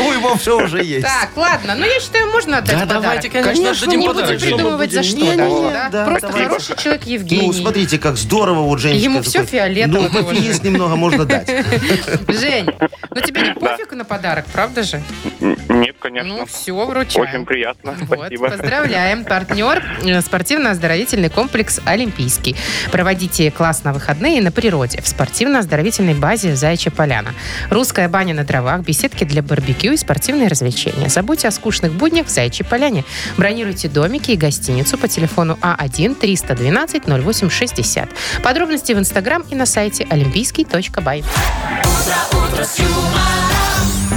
Speaker 5: У его все
Speaker 4: [laughs]
Speaker 5: уже есть.
Speaker 4: Так, ладно, ну я считаю, можно отдать подарок.
Speaker 2: конечно,
Speaker 4: Не
Speaker 2: дадим
Speaker 4: будем
Speaker 2: подарок. Жень.
Speaker 4: придумывать за что.
Speaker 5: Не,
Speaker 4: да,
Speaker 5: не,
Speaker 4: да.
Speaker 5: да,
Speaker 4: Просто
Speaker 5: давай.
Speaker 4: хороший человек Евгений.
Speaker 5: Ну, смотрите, как здорово вот Женечка.
Speaker 4: Ему всё
Speaker 5: такой.
Speaker 4: фиолетово
Speaker 5: Ну,
Speaker 4: тоже.
Speaker 5: есть немного, можно
Speaker 4: [laughs]
Speaker 5: дать.
Speaker 4: Жень, ну тебе не пофиг на подарок, правда же?
Speaker 8: Н- Нет, конечно.
Speaker 4: Ну все, вручаем.
Speaker 8: Очень приятно.
Speaker 4: Вот,
Speaker 8: Спасибо.
Speaker 4: поздравляем. Партнер э, спортивно-оздоровительный комплекс «Олимпийский». Проводите класс на выходные на природе в спортивно-оздоровительной базе «Заячья поляна». Русская баня на дровах, беседки для барбекю и спортивные развлечения. Забудьте о скучных буднях в «Заячьей поляне». Бронируйте домики и гостиницу по телефону А А1-312-0860. Подробности в Инстаграм и на сайте олимпийский.бай.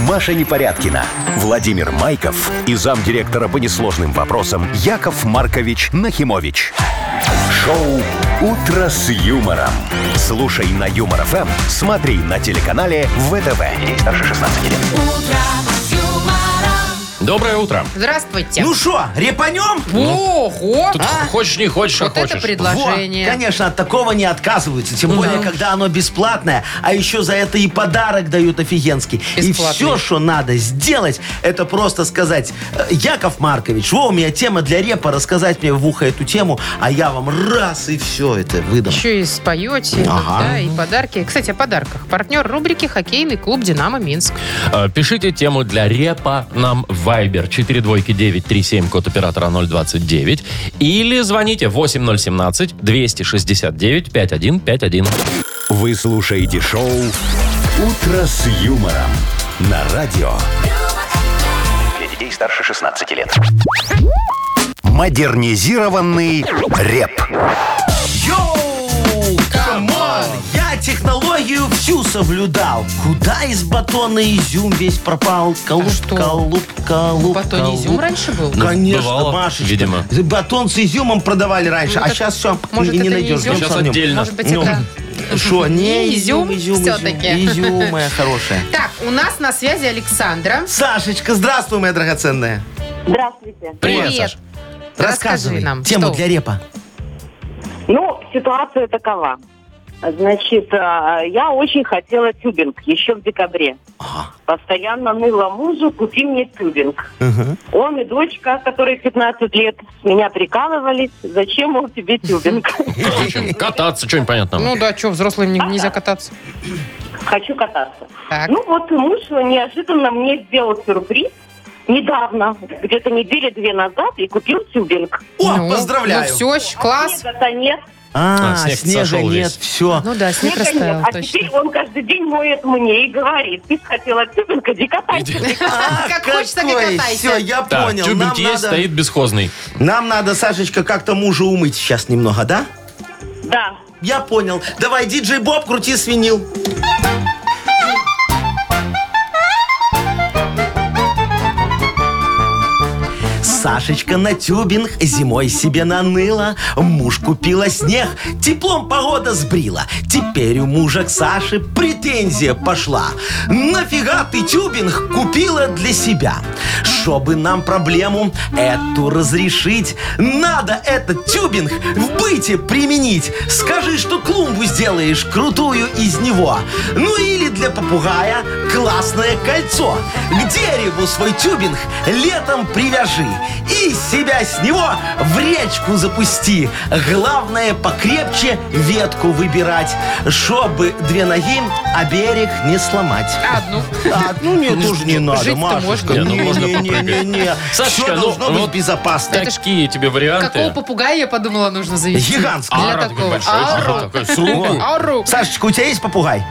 Speaker 1: Маша Непорядкина, Владимир Майков и замдиректора по несложным вопросам Яков Маркович Нахимович. Шоу «Утро с юмором». Слушай на Юмор ФМ, смотри на телеканале ВТВ. Ей старше 16 лет.
Speaker 2: Доброе утро.
Speaker 4: Здравствуйте.
Speaker 5: Ну что, репанем?
Speaker 4: Ого!
Speaker 2: Тут хочешь, не хочешь, а
Speaker 4: Вот это
Speaker 2: хочешь.
Speaker 4: предложение.
Speaker 5: Во, конечно, от такого не отказываются. Тем более, когда оно бесплатное, а еще за это и подарок дают офигенский.
Speaker 4: Бесплатный.
Speaker 5: И все, что надо сделать, это просто сказать, «Э, Яков Маркович, во, у меня тема для репа, рассказать мне в ухо эту тему, а я вам раз и все это выдам.
Speaker 4: Еще и споете,
Speaker 5: Ага.
Speaker 4: да, и подарки. Кстати, о подарках. Партнер рубрики «Хоккейный клуб «Динамо Минск».
Speaker 2: Э, Пишите тему для репа нам в Viber 42937, код оператора 029. Или звоните 8017-269-5151.
Speaker 1: Вы слушаете шоу «Утро с юмором» на радио
Speaker 6: Для детей старше 16 лет.
Speaker 1: «Модернизированный реп».
Speaker 5: Йоу, камон! Я технологию всю соблюдал. Куда из батона изюм весь пропал? Колуб,
Speaker 4: что?
Speaker 5: колуб, колуб,
Speaker 4: Батон
Speaker 5: колуб.
Speaker 4: изюм раньше был?
Speaker 5: Конечно,
Speaker 2: Бывало,
Speaker 5: Машечка.
Speaker 2: видимо.
Speaker 5: Ну, Батон с изюмом продавали раньше,
Speaker 4: Ну,
Speaker 5: а
Speaker 4: так,
Speaker 5: сейчас все
Speaker 4: может,
Speaker 5: не
Speaker 4: это и
Speaker 5: найдешь.
Speaker 4: изюм?
Speaker 2: Сейчас отдельно.
Speaker 5: Ну.
Speaker 4: Может быть, это
Speaker 5: Что? Не,
Speaker 4: Изюм всё-таки.
Speaker 5: Изюм, моя хорошая.
Speaker 4: Так, у нас на связи Александра.
Speaker 5: Сашечка, здравствуй, моя драгоценная.
Speaker 10: Здравствуйте.
Speaker 2: Привет, Саш.
Speaker 5: Рассказывай.
Speaker 4: Расскажи нам,
Speaker 5: Тему
Speaker 4: что?
Speaker 5: для репа.
Speaker 10: Ну, ситуация такова. Значит, а, я очень хотела тюбинг еще в декабре. Постоянно ныла мужу, купи мне тюбинг. Он и дочка, которые 15 лет, с меня прикалывались, зачем он тебе тюбинг?
Speaker 2: Зачем? Кататься, что непонятно.
Speaker 4: Ну да, что, взрослым не- нельзя кататься.
Speaker 10: Хочу кататься.
Speaker 4: Так.
Speaker 10: Ну вот муж неожиданно мне сделал сюрприз недавно, где-то недели две назад, и купил тюбинг.
Speaker 5: О,
Speaker 4: Ну,
Speaker 5: поздравляю.
Speaker 4: Ну все, класс.
Speaker 10: Снега-то нет.
Speaker 5: А,
Speaker 2: А, снег
Speaker 5: снежа
Speaker 2: сошел
Speaker 5: нет,
Speaker 2: весь.
Speaker 5: все.
Speaker 4: Ну да, снег
Speaker 10: Снега нет.
Speaker 4: растаял,
Speaker 10: А теперь
Speaker 4: точно.
Speaker 10: он каждый день моет мне и говорит, ты ж хотела тюбинг, иди катайся.
Speaker 4: Как хочешь, так и катайся.
Speaker 5: Все, А, я
Speaker 2: Так,
Speaker 5: понял.
Speaker 2: тюбинг
Speaker 5: Нам
Speaker 2: есть,
Speaker 5: надо,
Speaker 2: стоит бесхозный.
Speaker 5: нам надо, Сашечка, как-то мужа умыть сейчас немного, да?
Speaker 10: Да.
Speaker 5: Я понял. Давай, диджей Боб, крути свинил. Сашечка на тюбинг зимой себе наныла. Муж купила снег, теплом погода сбрила. Теперь у мужа к Саше претензия пошла. Нафига ты тюбинг купила для себя? Чтобы нам проблему эту разрешить, надо этот тюбинг в быте применить. Скажи, что клумбу сделаешь крутую из него. Ну или для попугая классное кольцо. К дереву свой тюбинг летом привяжи. И себя с него в речку запусти. Главное покрепче ветку выбирать, чтобы две ноги, а берег не сломать.
Speaker 4: Одну.
Speaker 5: А, ну нет, тоже не надо,
Speaker 4: жить-то
Speaker 5: Машечка.
Speaker 4: можно.
Speaker 2: Не, ну
Speaker 5: Не,
Speaker 2: можно
Speaker 5: не, не,
Speaker 2: попрыгать.
Speaker 5: не, не.
Speaker 2: Сашечка,
Speaker 5: Всё
Speaker 2: ну,
Speaker 5: должно
Speaker 2: вот
Speaker 5: быть безопасно.
Speaker 2: Такие тебе
Speaker 4: Какого
Speaker 2: варианты.
Speaker 4: попугая, я подумала, нужно завести?
Speaker 5: Гигантский.
Speaker 4: Для
Speaker 2: Ара такой
Speaker 4: такого.
Speaker 2: большой,
Speaker 4: Ару.
Speaker 2: такой, с руку.
Speaker 4: Ару.
Speaker 5: Сашечка, у тебя
Speaker 4: [laughs]
Speaker 5: есть попугай?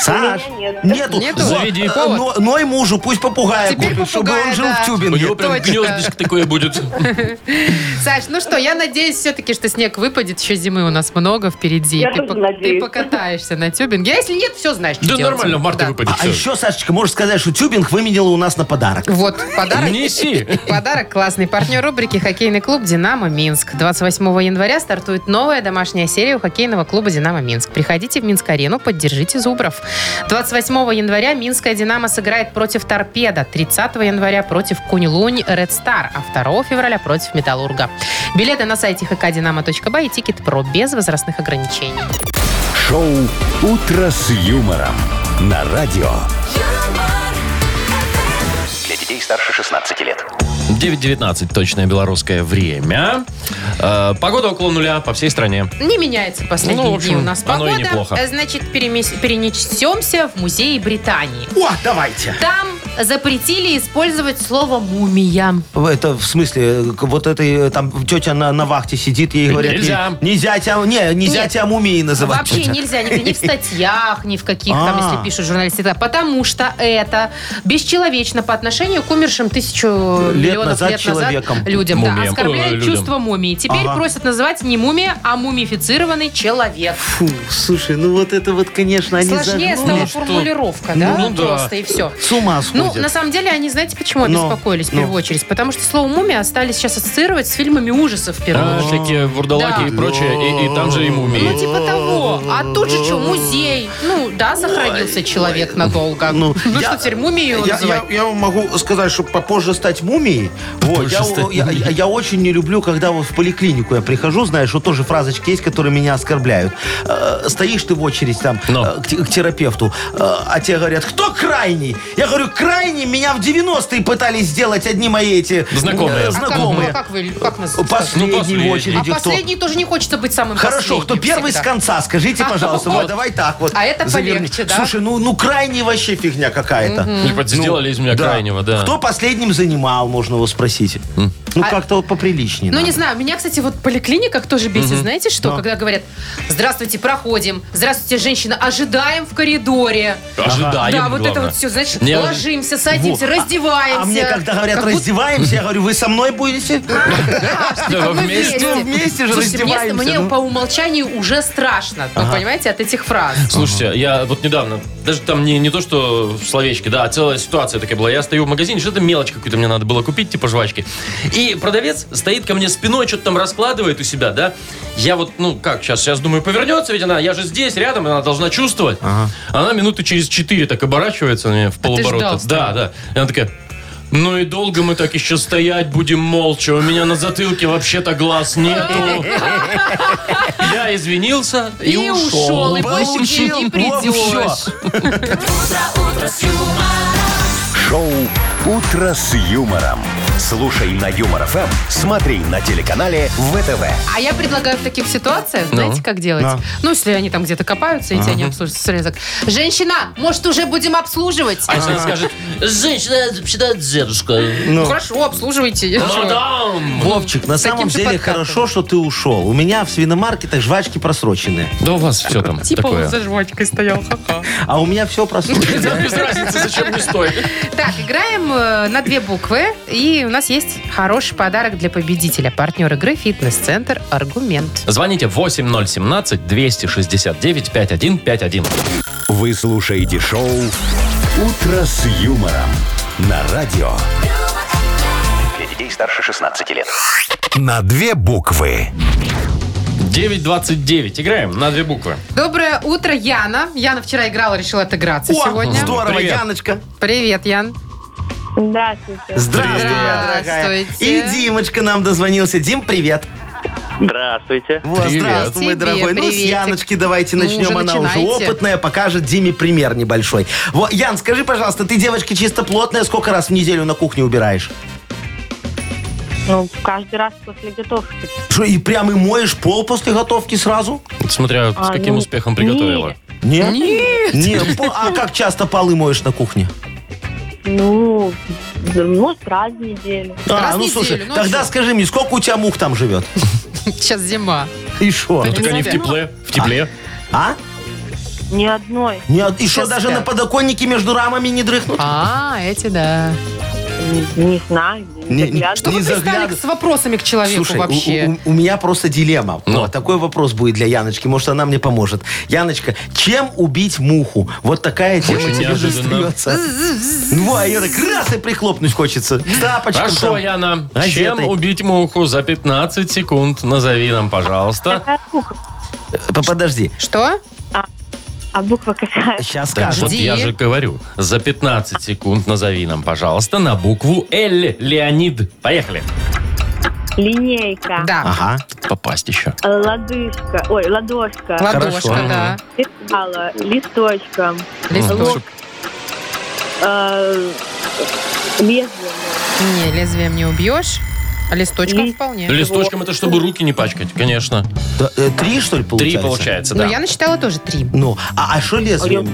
Speaker 5: Саш,
Speaker 10: У меня нет.
Speaker 5: нету.
Speaker 4: Нету?
Speaker 5: Вот,
Speaker 2: Заведи.
Speaker 5: э, но- Ной мужу, пусть попугая
Speaker 4: Теперь
Speaker 5: купит, чтобы
Speaker 4: попугая,
Speaker 5: он жил
Speaker 4: да.
Speaker 5: в
Speaker 2: У него
Speaker 5: тюбинге.
Speaker 2: прям
Speaker 4: Точно.
Speaker 2: гнездышко такое будет.
Speaker 4: Саш, ну что, я надеюсь все-таки, что снег выпадет. Еще зимы у нас много впереди.
Speaker 10: Я
Speaker 4: ты,
Speaker 10: тоже
Speaker 4: ты
Speaker 10: надеюсь.
Speaker 4: покатаешься на тюбинге. А если нет, все знаешь, что
Speaker 2: Да
Speaker 4: делать.
Speaker 2: нормально, в марте
Speaker 4: Да.
Speaker 2: выпадет.
Speaker 5: А
Speaker 2: всё.
Speaker 5: еще, Сашечка, можешь сказать, что тюбинг выменила у нас на подарок.
Speaker 4: Вот, подарок.
Speaker 2: Неси.
Speaker 4: Подарок классный. Партнер рубрики «Хоккейный клуб «Динамо Минск». 28 января стартует новая домашняя серия у хоккейного клуба «Динамо Минск». Приходите в Минск-арену, поддержите Зубров. 28 января Минская «Динамо» сыграет против «Торпеда», 30 января против «Кунь-Лунь» «Ред Стар», а 2 февраля против «Металлурга». Билеты на сайте hkdinamo.by и тикет про без возрастных ограничений.
Speaker 1: Шоу «Утро с юмором» на радио.
Speaker 9: юмор,
Speaker 6: Для детей старше 16 лет.
Speaker 2: 9.19 точное белорусское время. Э, погода около нуля по всей стране.
Speaker 4: Не меняется последние
Speaker 2: Ну, в общем,
Speaker 4: дни у нас
Speaker 2: оно и
Speaker 4: погода.
Speaker 2: неплохо.
Speaker 4: Э, Значит, перемес- перенесемся в музей Британии.
Speaker 5: О, давайте.
Speaker 4: Там запретили использовать слово «мумия».
Speaker 5: Это в смысле, э, к- вот этой э, там тетя на, на вахте сидит, ей говорят,
Speaker 2: Нельзя.
Speaker 5: «Не- нельзя тебя, не, нельзя
Speaker 4: Нет. А
Speaker 5: тебя мумией называть.
Speaker 4: Вообще
Speaker 5: тетя».
Speaker 4: нельзя нигде, ни в статьях, ни в каких там,
Speaker 5: А.
Speaker 4: если пишут журналисты, да, потому что это бесчеловечно по отношению к умершим тысячу
Speaker 5: Лет
Speaker 4: миллионов
Speaker 5: назад
Speaker 4: лет
Speaker 5: человеком.
Speaker 4: назад людям. Да,
Speaker 2: Мумиям. Э,
Speaker 4: оскорбляет
Speaker 2: людям.
Speaker 4: чувство мумии. Теперь
Speaker 5: Ага.
Speaker 4: просят называть не мумия, а мумифицированный человек.
Speaker 5: Фу, слушай, ну вот это вот, конечно, они
Speaker 4: Сложнее
Speaker 5: загнули.
Speaker 4: стала
Speaker 2: ну что?
Speaker 4: формулировка,
Speaker 2: Ну
Speaker 4: да?
Speaker 2: да.
Speaker 4: Просто и все.
Speaker 5: С ума
Speaker 4: Ну,
Speaker 5: сходят.
Speaker 4: на самом деле, они, знаете, почему
Speaker 5: Ну,
Speaker 4: обеспокоились в
Speaker 5: ну.
Speaker 4: первую очередь? Потому что слово «мумия» стали сейчас ассоциировать с фильмами ужасов в первую
Speaker 5: А.
Speaker 4: очередь.
Speaker 2: Всякие вурдалаки
Speaker 4: Да.
Speaker 2: и прочее. И, и там же и
Speaker 4: Ну,
Speaker 2: мумии.
Speaker 4: типа того. А тут же что, музей? Ну, да, сохранился человек надолго. Ну,
Speaker 5: Ну, я-
Speaker 4: что, теперь мумию
Speaker 5: Я, я,
Speaker 4: называть? А
Speaker 5: я вам могу сказать, что попозже стать мумией. Вот, я,
Speaker 2: стать
Speaker 5: я- я- я очень не люблю, когда вот в поликлинику я прихожу, знаешь, вот тоже фразочки есть, которые меня оскорбляют. Э, Стоишь ты в очередь там
Speaker 2: Но.
Speaker 5: э, к, те- к терапевту, э, а тебе говорят, кто крайний? Я говорю, крайний меня в 90-е пытались сделать одни мои эти
Speaker 2: Знакомые.
Speaker 5: э,
Speaker 2: А
Speaker 4: А как-
Speaker 5: знакомые.
Speaker 4: ну, а как вы- как нас-
Speaker 5: Последний,
Speaker 2: Ну, последний.
Speaker 5: в
Speaker 4: А
Speaker 5: очереди кто?
Speaker 4: последний тоже не хочется быть самым
Speaker 5: Хорошо, кто
Speaker 4: последним
Speaker 5: первый
Speaker 4: всегда.
Speaker 5: с
Speaker 4: [laughs]
Speaker 5: конца, скажите, пожалуйста,
Speaker 2: вот.
Speaker 5: вот давай так вот.
Speaker 4: А это
Speaker 5: Заверни.
Speaker 4: полегче, да?
Speaker 5: Слушай, ну, ну крайний вообще фигня какая-то.
Speaker 2: Типа, сделали из меня крайнего, да.
Speaker 5: Кто последним занимал, можно его спросить. Ну, как-то вот поприличнее.
Speaker 4: А Ну,
Speaker 5: надо.
Speaker 4: не знаю, меня, кстати, вот в поликлиниках тоже бесит, знаете что? Когда говорят, здравствуйте, проходим, здравствуйте, женщина, ожидаем в коридоре.
Speaker 5: А
Speaker 2: Ожидаем,
Speaker 4: да, вот это
Speaker 2: главное.
Speaker 4: вот все, значит,
Speaker 2: Не-
Speaker 4: ложимся, садимся,
Speaker 5: Во. А-
Speaker 4: раздеваемся.
Speaker 5: А мне когда говорят
Speaker 4: Как будто-
Speaker 5: раздеваемся, я говорю, вы со мной будете?
Speaker 4: Да,
Speaker 2: Вы
Speaker 4: мы
Speaker 2: вместе?
Speaker 5: Ну, вместе же
Speaker 4: Слушайте, мне-
Speaker 5: раздеваемся,
Speaker 4: Мне
Speaker 5: ну.
Speaker 4: по умолчанию уже страшно, ну, понимаете, от этих фраз.
Speaker 2: Слушайте, я вот недавно даже там не, не то, что в словечке, да, а целая ситуация такая была. Я стою в магазине, что-то мелочь какую-то мне надо было купить, типа жвачки. И продавец стоит ко мне спиной, что-то там раскладывает у себя, да. Я вот, ну как, сейчас, сейчас думаю, повернется ведь она, я же здесь, рядом, она должна чувствовать. Она минуты через четыре так оборачивается на меня в полоборота.
Speaker 4: А ждал,
Speaker 2: да, да. И она такая... Ну и долго мы так еще стоять будем молча. У меня на затылке вообще-то глаз
Speaker 4: [laughs]
Speaker 2: нету. Я извинился и,
Speaker 4: И ушел, и больше к ней не придешь.
Speaker 1: Шоу «Утро с юмором». Слушай на Юмор ФМ, смотри на телеканале ВТВ.
Speaker 4: А я предлагаю в таких ситуациях, знаете, как делать? Ну, если они там где-то копаются, и тебя не обслуживают срезок. Женщина, может, уже будем обслуживать?
Speaker 2: А если она скажет, женщина, всегда дедушка.
Speaker 4: Ну, хорошо,
Speaker 2: Ну,
Speaker 4: обслуживайте.
Speaker 2: Мадам!
Speaker 5: Вовчик, на
Speaker 4: Таким
Speaker 5: самом
Speaker 4: же
Speaker 5: деле
Speaker 4: подкатом.
Speaker 5: хорошо, что ты ушел. У меня в свиномаркетах жвачки просроченные.
Speaker 2: Да у вас все там
Speaker 4: Типа он
Speaker 2: такое.
Speaker 4: за жвачкой стоял. ха-ха.
Speaker 5: А у меня
Speaker 2: [laughs]
Speaker 5: все просрочено.
Speaker 2: Без разницы, зачем не стоит.
Speaker 4: Так, играем э, на две буквы. И у нас есть хороший подарок для победителя. Партнер игры «Фитнес-центр Аргумент».
Speaker 2: Звоните 8017-269-5151.
Speaker 1: Вы слушаете шоу «Утро с юмором» на радио.
Speaker 6: Для детей старше 16 лет.
Speaker 1: На две буквы.
Speaker 2: 929. Играем на две буквы.
Speaker 4: Доброе утро, Яна. Яна вчера играла, решила отыграться
Speaker 5: О,
Speaker 4: [laughs] сегодня.
Speaker 5: здорово,
Speaker 2: Привет.
Speaker 5: Яночка.
Speaker 4: Привет, Ян.
Speaker 10: Здравствуйте.
Speaker 5: Здравствуй, моя дорогая.
Speaker 4: Здравствуйте.
Speaker 5: И Димочка нам дозвонился. Дим, привет.
Speaker 8: Здравствуйте.
Speaker 5: Вот,
Speaker 2: Привет.
Speaker 5: здравствуй, мой
Speaker 4: Тебе
Speaker 5: дорогой. Ну, с
Speaker 4: приветик.
Speaker 5: Яночки давайте
Speaker 4: Ну,
Speaker 5: начнем.
Speaker 4: уже
Speaker 5: Она уже
Speaker 4: начинайте.
Speaker 5: опытная, покажет Диме пример небольшой. Вот, Ян, скажи, пожалуйста, ты девочка чисто плотная, сколько раз в неделю на кухне убираешь?
Speaker 10: Ну, каждый раз после готовки.
Speaker 5: Что, и прям и моешь пол после готовки сразу?
Speaker 2: Смотря с
Speaker 10: А,
Speaker 2: каким
Speaker 10: ну,
Speaker 2: успехом приготовила.
Speaker 10: нет.
Speaker 5: Нет? Нет. Пол- а как часто полы моешь на кухне?
Speaker 10: Ну, да, может, раз в неделю.
Speaker 5: А,
Speaker 4: Раз в
Speaker 5: ну
Speaker 4: неделю,
Speaker 5: слушай,
Speaker 4: ну а
Speaker 5: тогда
Speaker 4: чё?
Speaker 5: скажи мне, сколько у тебя мух там живет?
Speaker 4: Сейчас зима.
Speaker 5: И что?
Speaker 2: Ну, так они в тепле. В тепле.
Speaker 5: А?
Speaker 10: Ни одной.
Speaker 5: Нет, и что,
Speaker 4: Сейчас
Speaker 5: даже
Speaker 4: спят.
Speaker 5: на подоконнике между рамами не дрыхнут?
Speaker 4: А, эти, да.
Speaker 10: Не, не знаю.
Speaker 5: Не-
Speaker 10: Не, заглядываю.
Speaker 4: Вы
Speaker 5: что Не
Speaker 4: пристали
Speaker 5: заглядывай.
Speaker 4: с вопросами к человеку
Speaker 5: Слушай, у-
Speaker 4: вообще.
Speaker 5: У, у меня просто дилемма.
Speaker 2: Ну.
Speaker 5: Вот, такой вопрос будет для Яночки. Может, она мне поможет. Яночка, чем убить муху? Вот такая тема
Speaker 2: Очень
Speaker 5: тебе
Speaker 2: неожиданно.
Speaker 5: достается. Ну, а Ира, раз и прихлопнуть хочется. Тапочком
Speaker 2: Хорошо,
Speaker 5: там.
Speaker 2: Яна. Чем
Speaker 5: Газетой.
Speaker 2: убить муху за 15 секунд? Назови нам, пожалуйста.
Speaker 10: [laughs] Какая буква?
Speaker 5: П- Подожди.
Speaker 4: Что?
Speaker 10: А буква
Speaker 5: [laughs]
Speaker 10: какая?
Speaker 5: Сейчас
Speaker 2: Так
Speaker 5: скажу.
Speaker 2: вот я же говорю. За 15 секунд назови нам, пожалуйста, на букву Л. Леонид. Поехали.
Speaker 10: Линейка.
Speaker 4: Да.
Speaker 5: Ага.
Speaker 2: Попасть еще.
Speaker 10: Э, Лодыжка. Ой, ладошка.
Speaker 4: Ладошка,
Speaker 5: А, хорошо.
Speaker 4: да.
Speaker 10: Писала. Листочком.
Speaker 4: Листочек.
Speaker 10: Э, Лезвием.
Speaker 4: Не, лезвием не убьешь, а листочком
Speaker 10: Ли-
Speaker 4: вполне.
Speaker 2: Листочком это чтобы руки не пачкать, конечно.
Speaker 5: Да, э, Три, что ли, получается?
Speaker 2: Три получается,
Speaker 4: Ну,
Speaker 2: да.
Speaker 4: я насчитала тоже три.
Speaker 5: Ну, а а что лезвием?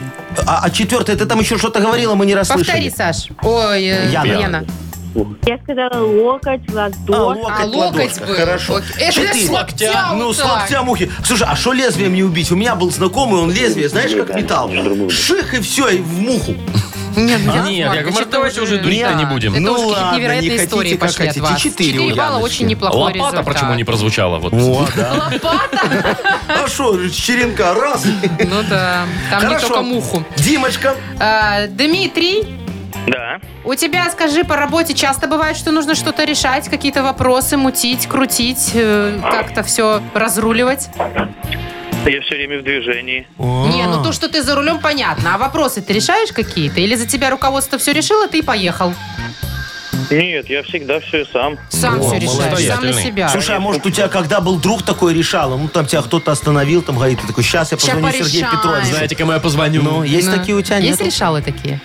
Speaker 5: А, а четвертое, ты там еще что-то говорила, мы не
Speaker 4: Повтори,
Speaker 5: расслышали.
Speaker 4: Саш. Ой, э,
Speaker 5: Яна.
Speaker 4: Лена.
Speaker 10: Я сказала локоть, ладошка.
Speaker 4: А, локоть
Speaker 5: ладошка.
Speaker 4: был.
Speaker 5: Хорошо.
Speaker 4: Ок- Это
Speaker 5: Четыре.
Speaker 4: с локтя.
Speaker 5: Ну, с
Speaker 4: вот так.
Speaker 5: локтя мухи. Слушай, а что лезвием не убить? У меня был знакомый, он лезвие, знаешь, как металл. Ших и все, и в муху.
Speaker 4: Нет, ну,
Speaker 2: Нет,
Speaker 4: Яков
Speaker 2: Яков
Speaker 4: Маркович,
Speaker 2: Маркович,
Speaker 4: это
Speaker 2: давайте уже дурить-то
Speaker 4: Да.
Speaker 2: не будем.
Speaker 4: Это
Speaker 5: А? Ну
Speaker 4: уж какие-то
Speaker 5: ладно, не
Speaker 4: невероятные
Speaker 5: хотите,
Speaker 4: истории
Speaker 5: как
Speaker 4: пошли от
Speaker 5: хотите.
Speaker 4: вас.
Speaker 5: Четыре у
Speaker 4: балла
Speaker 5: Яночки.
Speaker 4: очень неплохой
Speaker 2: Лопата
Speaker 4: результат.
Speaker 2: почему не прозвучала? Вот.
Speaker 5: О, да. А что, черенка, раз.
Speaker 4: Ну да, там не только муху.
Speaker 5: Димочка,
Speaker 4: А, Дмитрий,
Speaker 8: Да.
Speaker 4: у тебя, скажи, по работе часто бывает, что нужно что-то решать, какие-то вопросы мутить, крутить, э, как-то все разруливать?
Speaker 5: А.
Speaker 8: Я все время в движении.
Speaker 4: Не, ну то, что ты за рулем, понятно. А вопросы ты решаешь какие-то? Или за тебя руководство все решило, ты и поехал?
Speaker 8: Нет, я всегда все сам.
Speaker 4: Сам все решаешь, сам на
Speaker 2: Самостоятельный.
Speaker 4: себя.
Speaker 5: слушай, а может у тебя когда был друг такой решал, ну там тебя кто-то остановил, там говорит, ты такой, сейчас я
Speaker 4: Ща
Speaker 5: позвоню Сергею
Speaker 4: порешаем.
Speaker 5: Петровичу.
Speaker 2: Знаете, кому я позвоню?
Speaker 5: Ну, есть
Speaker 4: Ну,
Speaker 5: такие у тебя,
Speaker 4: Есть
Speaker 5: нет?
Speaker 4: решалы такие?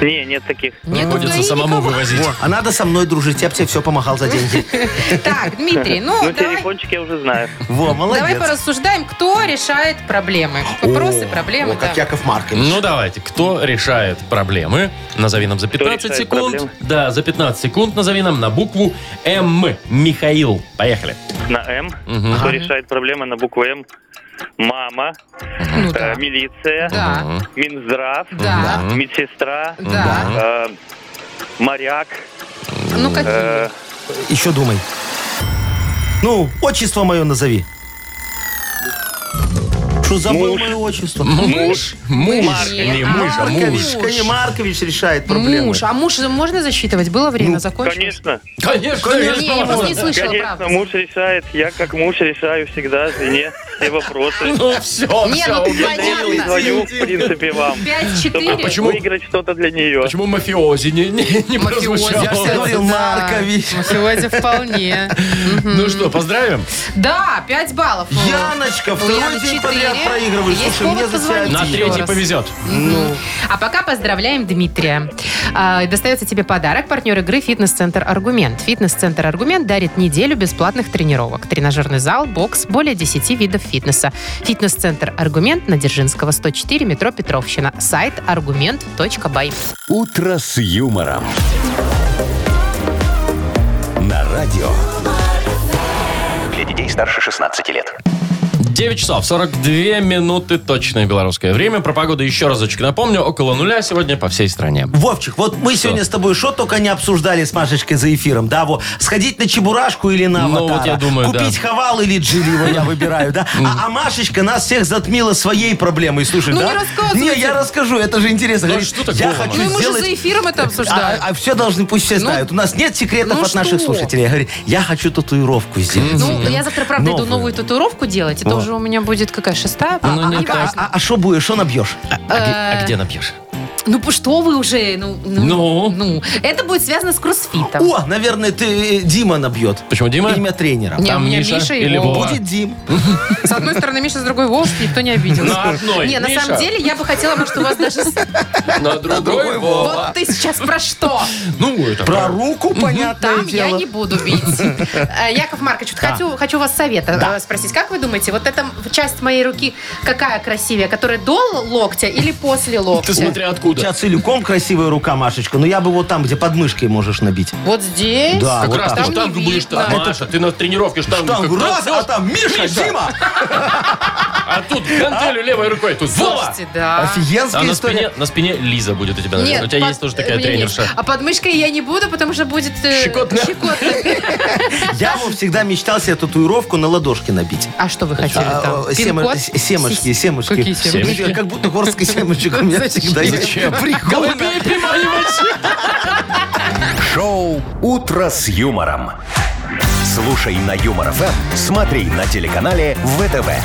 Speaker 8: Не, нет таких.
Speaker 4: Нет,
Speaker 2: Приходится
Speaker 4: ну, да и
Speaker 2: самому
Speaker 4: никого.
Speaker 2: вывозить.
Speaker 5: А надо со мной дружить, я бы тебе все помогал за деньги.
Speaker 4: [laughs] Так, Дмитрий, ну
Speaker 8: Ну,
Speaker 4: давай
Speaker 8: телефончик я уже знаю.
Speaker 5: Во,
Speaker 4: Давай
Speaker 5: молодец.
Speaker 4: порассуждаем, кто решает проблемы. Вопросы,
Speaker 5: О,
Speaker 4: проблемы.
Speaker 5: о, Как
Speaker 4: да.
Speaker 5: Яков Маркович.
Speaker 2: Ну давайте, кто решает проблемы? Назови нам за 15
Speaker 8: решает
Speaker 2: секунд.
Speaker 8: проблемы?
Speaker 2: Да, за 15 секунд назови нам на букву М. Михаил. Поехали.
Speaker 8: На М.
Speaker 2: Мгм.
Speaker 8: Кто решает проблемы на букву М? Мама,
Speaker 4: Ну
Speaker 8: э,
Speaker 4: да.
Speaker 8: милиция,
Speaker 4: Да.
Speaker 2: Мгм.
Speaker 8: Минздрав,
Speaker 4: Да.
Speaker 8: медсестра,
Speaker 4: Да.
Speaker 8: э, моряк.
Speaker 4: Ну какие?
Speaker 8: э,
Speaker 5: Еще думай. Ну, отчество мое назови. Что забыл
Speaker 8: Муж.
Speaker 5: мое отчество?
Speaker 2: Муж. Муж.
Speaker 4: Марк.
Speaker 2: Не муж, а муж.
Speaker 5: Маркович, конечно, Маркович решает проблемы.
Speaker 4: Муж, а муж можно засчитывать? Было время, закончилось?
Speaker 8: Конечно.
Speaker 2: Конечно,
Speaker 4: Не, я вас не слышала,
Speaker 8: Конечно,
Speaker 4: правда.
Speaker 8: муж решает. Я как муж решаю всегда жене все вопросы.
Speaker 2: [laughs] Ну все,
Speaker 4: Не,
Speaker 2: все,
Speaker 4: ну тут
Speaker 8: И
Speaker 4: понятно.
Speaker 8: звоню, в принципе, вам. Чтобы
Speaker 4: 5-4.
Speaker 2: почему?
Speaker 8: выиграть что-то для нее.
Speaker 2: Почему мафиози не, не, не
Speaker 4: Мафиози,
Speaker 5: Я же
Speaker 2: прозвучало?
Speaker 5: тебе говорил,
Speaker 4: Да.
Speaker 5: Маркович.
Speaker 4: Ну, Сегодня вполне.
Speaker 2: Ну что, поздравим?
Speaker 4: Да, 5 баллов.
Speaker 5: Яночка,
Speaker 4: Ну,
Speaker 5: второй
Speaker 4: Яна,
Speaker 5: день
Speaker 4: четыре.
Speaker 5: подряд проигрываешь.
Speaker 4: Есть
Speaker 5: Слушай, мне
Speaker 4: повод
Speaker 5: за тебя
Speaker 4: позвонить.
Speaker 2: На
Speaker 4: Еще
Speaker 2: третий
Speaker 4: раз.
Speaker 2: повезет.
Speaker 4: А пока поздравляем Дмитрия. А, и Достается тебе подарок. Партнер игры «Фитнес-центр Аргумент». «Фитнес-центр Аргумент» дарит неделю бесплатных тренировок. Тренажерный зал, бокс, более 10 видов фитнеса. «Фитнес-центр Аргумент» на Дзержинского, 104, метро Петровщина. Сайт аргумент.бай.
Speaker 1: «Утро с юмором». На радио.
Speaker 6: Для детей старше 16 лет.
Speaker 2: 9 часов 42 минуты точное белорусское время. Про погоду еще разочек напомню. Около нуля сегодня по всей стране.
Speaker 5: Вовчик, вот мы сегодня с тобой что только не обсуждали с Машечкой за эфиром, да, вот, сходить на Чебурашку или на
Speaker 2: Ну, вот
Speaker 5: Аватара,
Speaker 2: я думаю, да.
Speaker 5: купить Хавал или Джили, его я выбираю, да, а, а Машечка нас всех затмила своей проблемой, слушай,
Speaker 4: Ну,
Speaker 5: да?
Speaker 4: не рассказывайте.
Speaker 5: Не, я расскажу, это же интересно.
Speaker 2: Ну,
Speaker 5: Говорит,
Speaker 2: что такого,
Speaker 5: я
Speaker 2: Маш?
Speaker 5: хочу
Speaker 4: Ну, и мы же
Speaker 5: сделать...
Speaker 4: за эфиром это
Speaker 5: А,
Speaker 4: обсуждаем.
Speaker 5: а все должны, пусть все
Speaker 4: Ну,
Speaker 5: знают. У нас нет секретов
Speaker 4: ну
Speaker 5: от наших
Speaker 4: что?
Speaker 5: слушателей. Говорит, я хочу татуировку сделать.
Speaker 4: Ну, я завтра, правда, иду новую татуировку делать. Это
Speaker 5: Вот.
Speaker 4: уже у меня будет какая, шестая?
Speaker 2: Ну, не
Speaker 4: неважно.
Speaker 2: так.
Speaker 5: А что будешь, что набьешь?
Speaker 4: Э,
Speaker 2: А, где напьешь?
Speaker 4: Ну, по- что вы уже? Ну,
Speaker 2: Ну?
Speaker 4: ну, ну. Это будет связано с кроссфитом.
Speaker 5: О, наверное, ты э, Дима набьет.
Speaker 2: Почему, Дима?
Speaker 5: Имя тренера.
Speaker 4: Не,
Speaker 2: Там
Speaker 4: у меня
Speaker 2: Миша
Speaker 4: Миша и
Speaker 2: или
Speaker 4: Вова.
Speaker 2: Вова?
Speaker 5: Будет Дим.
Speaker 4: С одной стороны Миша, с другой Вова, чтобы никто не обиделся.
Speaker 2: На одной
Speaker 4: Не, на
Speaker 2: Миша.
Speaker 4: самом деле, я бы хотела, может, у вас даже... с-
Speaker 2: На другой
Speaker 4: Вот ты сейчас про что? Ну,
Speaker 2: Ну, это
Speaker 5: Про руку, понятное
Speaker 4: Там я
Speaker 5: дело.
Speaker 4: не буду бить. Э, Яков Маркович, вот хочу, хочу вас совета э, спросить. Как вы думаете, вот эта часть моей руки какая красивее? Которая до локтя или после
Speaker 2: Ты
Speaker 4: локтя?
Speaker 2: смотри откуда.
Speaker 5: У тебя целиком красивая рука, Машечка, но я бы вот там, где подмышкой можешь набить.
Speaker 4: Вот здесь?
Speaker 5: Да,
Speaker 2: Как
Speaker 5: вот
Speaker 2: раз ты
Speaker 5: так.
Speaker 4: Ну, Там
Speaker 2: штангу
Speaker 4: не
Speaker 2: будешь
Speaker 4: видно.
Speaker 2: там. Маша, ты на тренировке штангу.
Speaker 5: Там
Speaker 2: Ну, как
Speaker 5: раз, а
Speaker 2: толкнешь,
Speaker 5: там Миша, Дима!
Speaker 2: а тут гантелью левой рукой, тут Вова.
Speaker 4: Слушайте, да.
Speaker 2: А
Speaker 5: Офигенская
Speaker 2: на
Speaker 5: история.
Speaker 2: спине, на спине Лиза будет у тебя, наверное. у тебя
Speaker 4: под-
Speaker 2: есть тоже такая
Speaker 4: у меня
Speaker 2: тренерша.
Speaker 4: есть. А под мышкой я не буду, потому что будет... э,
Speaker 2: Щекотно.
Speaker 5: Я вот всегда мечтал себе татуировку на ладошке набить.
Speaker 4: А что вы хотели там?
Speaker 5: А, э, семо-
Speaker 4: Пин-код?
Speaker 5: с- Семочки,
Speaker 4: Сис-
Speaker 5: семочки.
Speaker 4: Какие
Speaker 5: Ну,
Speaker 4: семечки?
Speaker 5: я Как будто горстка семечек у меня всегда есть. Прикольно.
Speaker 2: Голубей приманивать.
Speaker 1: Шоу «Утро с юмором». Слушай на Юмор ФМ, смотри на телеканале ВТВ.
Speaker 4: А.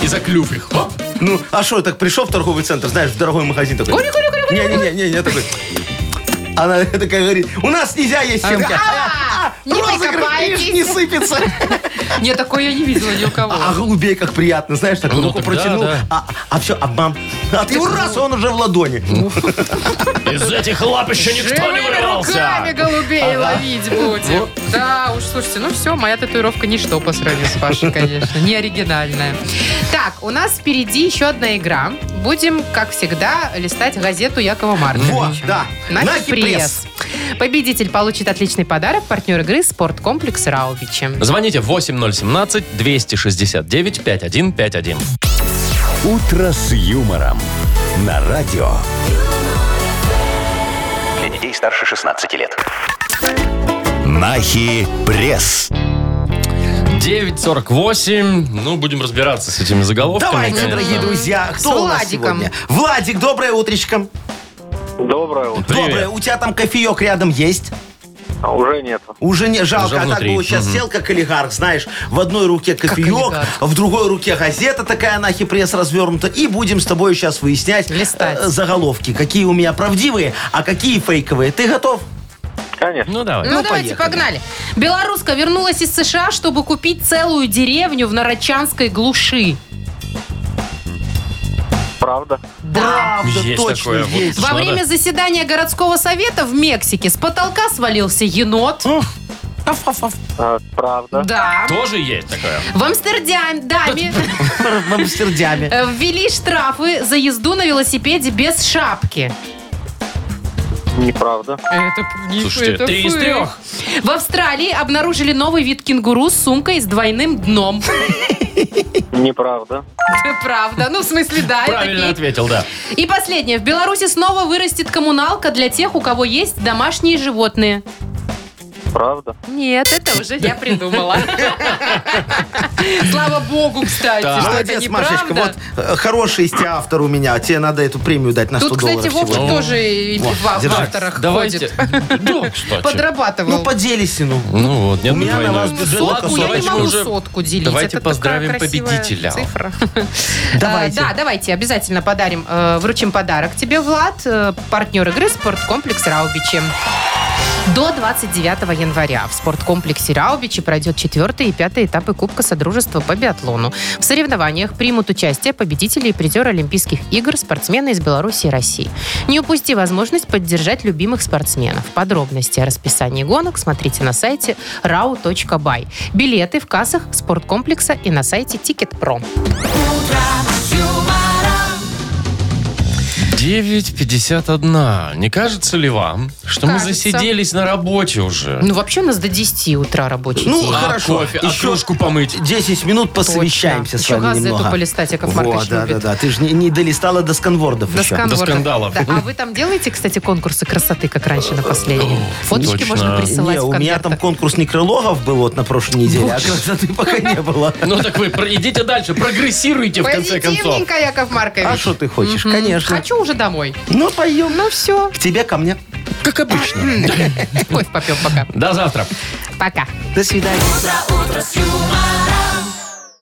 Speaker 2: И за клюв их. Хоп.
Speaker 5: Ну, а что, так пришел в торговый центр, знаешь, в дорогой магазин такой.
Speaker 4: Курю, курю, курю, курю.
Speaker 5: Не-не-не, я такой. Она [laughs] такая говорит, у нас нельзя есть семки.
Speaker 4: А, Не
Speaker 5: Розыгрыш
Speaker 4: прикопайтесь.
Speaker 5: не сыпется.
Speaker 4: Нет, такое я не видела ни у кого.
Speaker 5: А голубей как приятно, знаешь, так
Speaker 2: Ну,
Speaker 5: руку
Speaker 2: так
Speaker 5: протянул,
Speaker 2: да,
Speaker 5: а, а все, обман. А ты его раз, и он уже в ладони.
Speaker 2: Ну, Из этих лап еще никто не
Speaker 4: Живыми руками
Speaker 2: вырвался.
Speaker 4: голубей ловить будем. Да, уж слушайте, ну все, моя татуировка ничто по сравнению с вашей, конечно. Не оригинальная. Так, у нас впереди еще одна игра. Будем, как всегда, листать газету Якова
Speaker 5: Вот,
Speaker 4: Марковича.
Speaker 5: да.
Speaker 4: Нахи
Speaker 5: Нахи-пресс.
Speaker 4: пресс. Победитель получит отличный подарок. Партнер игры «Спорткомплекс Раубичи».
Speaker 2: Звоните 8017-269-5151.
Speaker 1: «Утро с юмором» на радио.
Speaker 6: Для детей старше 16 лет.
Speaker 1: Нахи пресс.
Speaker 2: 948. Ну, будем разбираться с этими заголовками.
Speaker 5: Давайте,
Speaker 2: конечно.
Speaker 5: дорогие друзья, кто
Speaker 4: С
Speaker 5: у нас
Speaker 4: Владиком.
Speaker 5: сегодня? Владик, доброе утречко.
Speaker 8: Доброе утро.
Speaker 2: Привет.
Speaker 5: Доброе. У тебя там кофеек рядом есть?
Speaker 8: А уже нет.
Speaker 5: Уже не жалко,
Speaker 2: Уже
Speaker 5: а так
Speaker 2: внутри.
Speaker 5: бы вот сейчас
Speaker 2: Мгм.
Speaker 5: сел как олигарх, знаешь, в одной руке кофеек,
Speaker 4: олигарх.
Speaker 5: в другой руке газета такая нахи пресс развернута, и будем с тобой сейчас выяснять
Speaker 4: Листать.
Speaker 5: э, заголовки, какие у меня правдивые, а какие фейковые. Ты готов?
Speaker 8: Конечно.
Speaker 2: Ну, давай.
Speaker 4: Ну,
Speaker 5: Ну,
Speaker 4: давайте,
Speaker 5: поехали.
Speaker 4: погнали. Белоруска вернулась из США, чтобы купить целую деревню в Нарочанской глуши.
Speaker 8: Правда.
Speaker 5: Правда,
Speaker 2: Ну, Есть
Speaker 5: точно
Speaker 2: такое, вот.
Speaker 5: есть.
Speaker 4: Во
Speaker 2: Надо.
Speaker 4: время заседания городского совета в Мексике с потолка свалился енот.
Speaker 8: А, правда.
Speaker 4: Да.
Speaker 2: Тоже есть такое.
Speaker 4: В Амстердаме
Speaker 5: В Амстердаме.
Speaker 4: э, ввели штрафы за езду на велосипеде без шапки.
Speaker 8: Неправда.
Speaker 4: Это,
Speaker 2: Слушайте, три из трех.
Speaker 4: В Австралии обнаружили новый вид кенгуру с сумкой с двойным [laughs] дном.
Speaker 8: Неправда.
Speaker 4: Это Правда. Ну, в смысле, да. это
Speaker 2: Правильно
Speaker 4: фейк.
Speaker 2: ответил, да.
Speaker 4: И последнее. В Беларуси снова вырастет коммуналка для тех, у кого есть домашние животные.
Speaker 8: Правда?
Speaker 4: Нет, это уже я придумала. Слава богу, кстати, что это
Speaker 5: Молодец, Машечка,
Speaker 4: неправда.
Speaker 5: вот э, хороший из тебя автор у меня. Тебе надо эту премию дать на 100
Speaker 4: Тут, кстати,
Speaker 5: долларов
Speaker 4: Вовчик
Speaker 5: сегодня.
Speaker 4: тоже и
Speaker 5: Вот,
Speaker 4: в ав- А в
Speaker 5: держи.
Speaker 4: авторах
Speaker 2: Давайте.
Speaker 4: ходит.
Speaker 2: [laughs] Да, кстати.
Speaker 4: Подрабатывал.
Speaker 5: Ну, поделись, ну.
Speaker 2: Ну вот, нет
Speaker 5: У меня на
Speaker 2: двойной.
Speaker 5: вас бюджет
Speaker 2: Ну,
Speaker 5: только
Speaker 2: ладно,
Speaker 4: Сотку, я не
Speaker 2: давайте мы
Speaker 4: могу
Speaker 2: уже-
Speaker 4: сотку делить.
Speaker 2: давайте
Speaker 4: Это такая
Speaker 2: поздравим
Speaker 4: красивая
Speaker 2: победителя.
Speaker 4: Цифра.
Speaker 5: Давайте.
Speaker 4: А, Да, давайте, обязательно подарим, э, вручим подарок тебе, Влад. Э, Партнер игры «Спорткомплекс Раубичи». До 29 января в спорткомплексе Раубичи пройдет четвертый и пятый этапы Кубка Содружества по биатлону. В соревнованиях примут участие победители и призеры Олимпийских игр, спортсмены из Беларуси и России. Не упусти возможность поддержать любимых спортсменов. Подробности о расписании гонок смотрите на сайте rau.by. Билеты в кассах спорткомплекса и на сайте Ticket.pro.
Speaker 2: 9.51. Не кажется ли вам, что мы
Speaker 4: Кажется.
Speaker 2: засиделись на работе уже?
Speaker 4: Ну, вообще у нас до 10 утра рабочий
Speaker 5: Ну,
Speaker 4: день.
Speaker 2: а
Speaker 5: хорошо.
Speaker 2: кофе, а
Speaker 5: Еще-
Speaker 2: кружку помыть?
Speaker 5: 10 минут посовещаемся
Speaker 4: Точно.
Speaker 5: с вами
Speaker 4: Еще газету
Speaker 5: немного.
Speaker 4: полистать, Яков Маркович
Speaker 5: Вот, да, да,
Speaker 4: любит.
Speaker 5: да. Ты же не, не долистала до сканвордов
Speaker 4: До
Speaker 5: еще.
Speaker 4: скан-
Speaker 2: До
Speaker 4: Вот.
Speaker 2: скандалов.
Speaker 4: Да, а вы там делаете, кстати, конкурсы красоты, как раньше на последнем? Фоточки
Speaker 2: точно.
Speaker 4: можно присылать
Speaker 5: Не,
Speaker 4: в
Speaker 5: у меня там
Speaker 4: конвертах.
Speaker 5: конкурс некрологов был вот на прошлой неделе, а красоты пока не было.
Speaker 2: Ну так вы про- идите дальше, прогрессируйте в конце концов.
Speaker 4: Позитивненько, Яков Маркович.
Speaker 5: А что ты хочешь?
Speaker 4: М,
Speaker 5: Конечно.
Speaker 4: Хочу уже домой.
Speaker 5: Ну, поем.
Speaker 4: Ну все,
Speaker 5: К тебе, ко мне.
Speaker 2: Как обычно.
Speaker 4: кофе попьем пока.
Speaker 2: До завтра.
Speaker 4: Пока.
Speaker 5: До свидания.
Speaker 11: утро с юмором.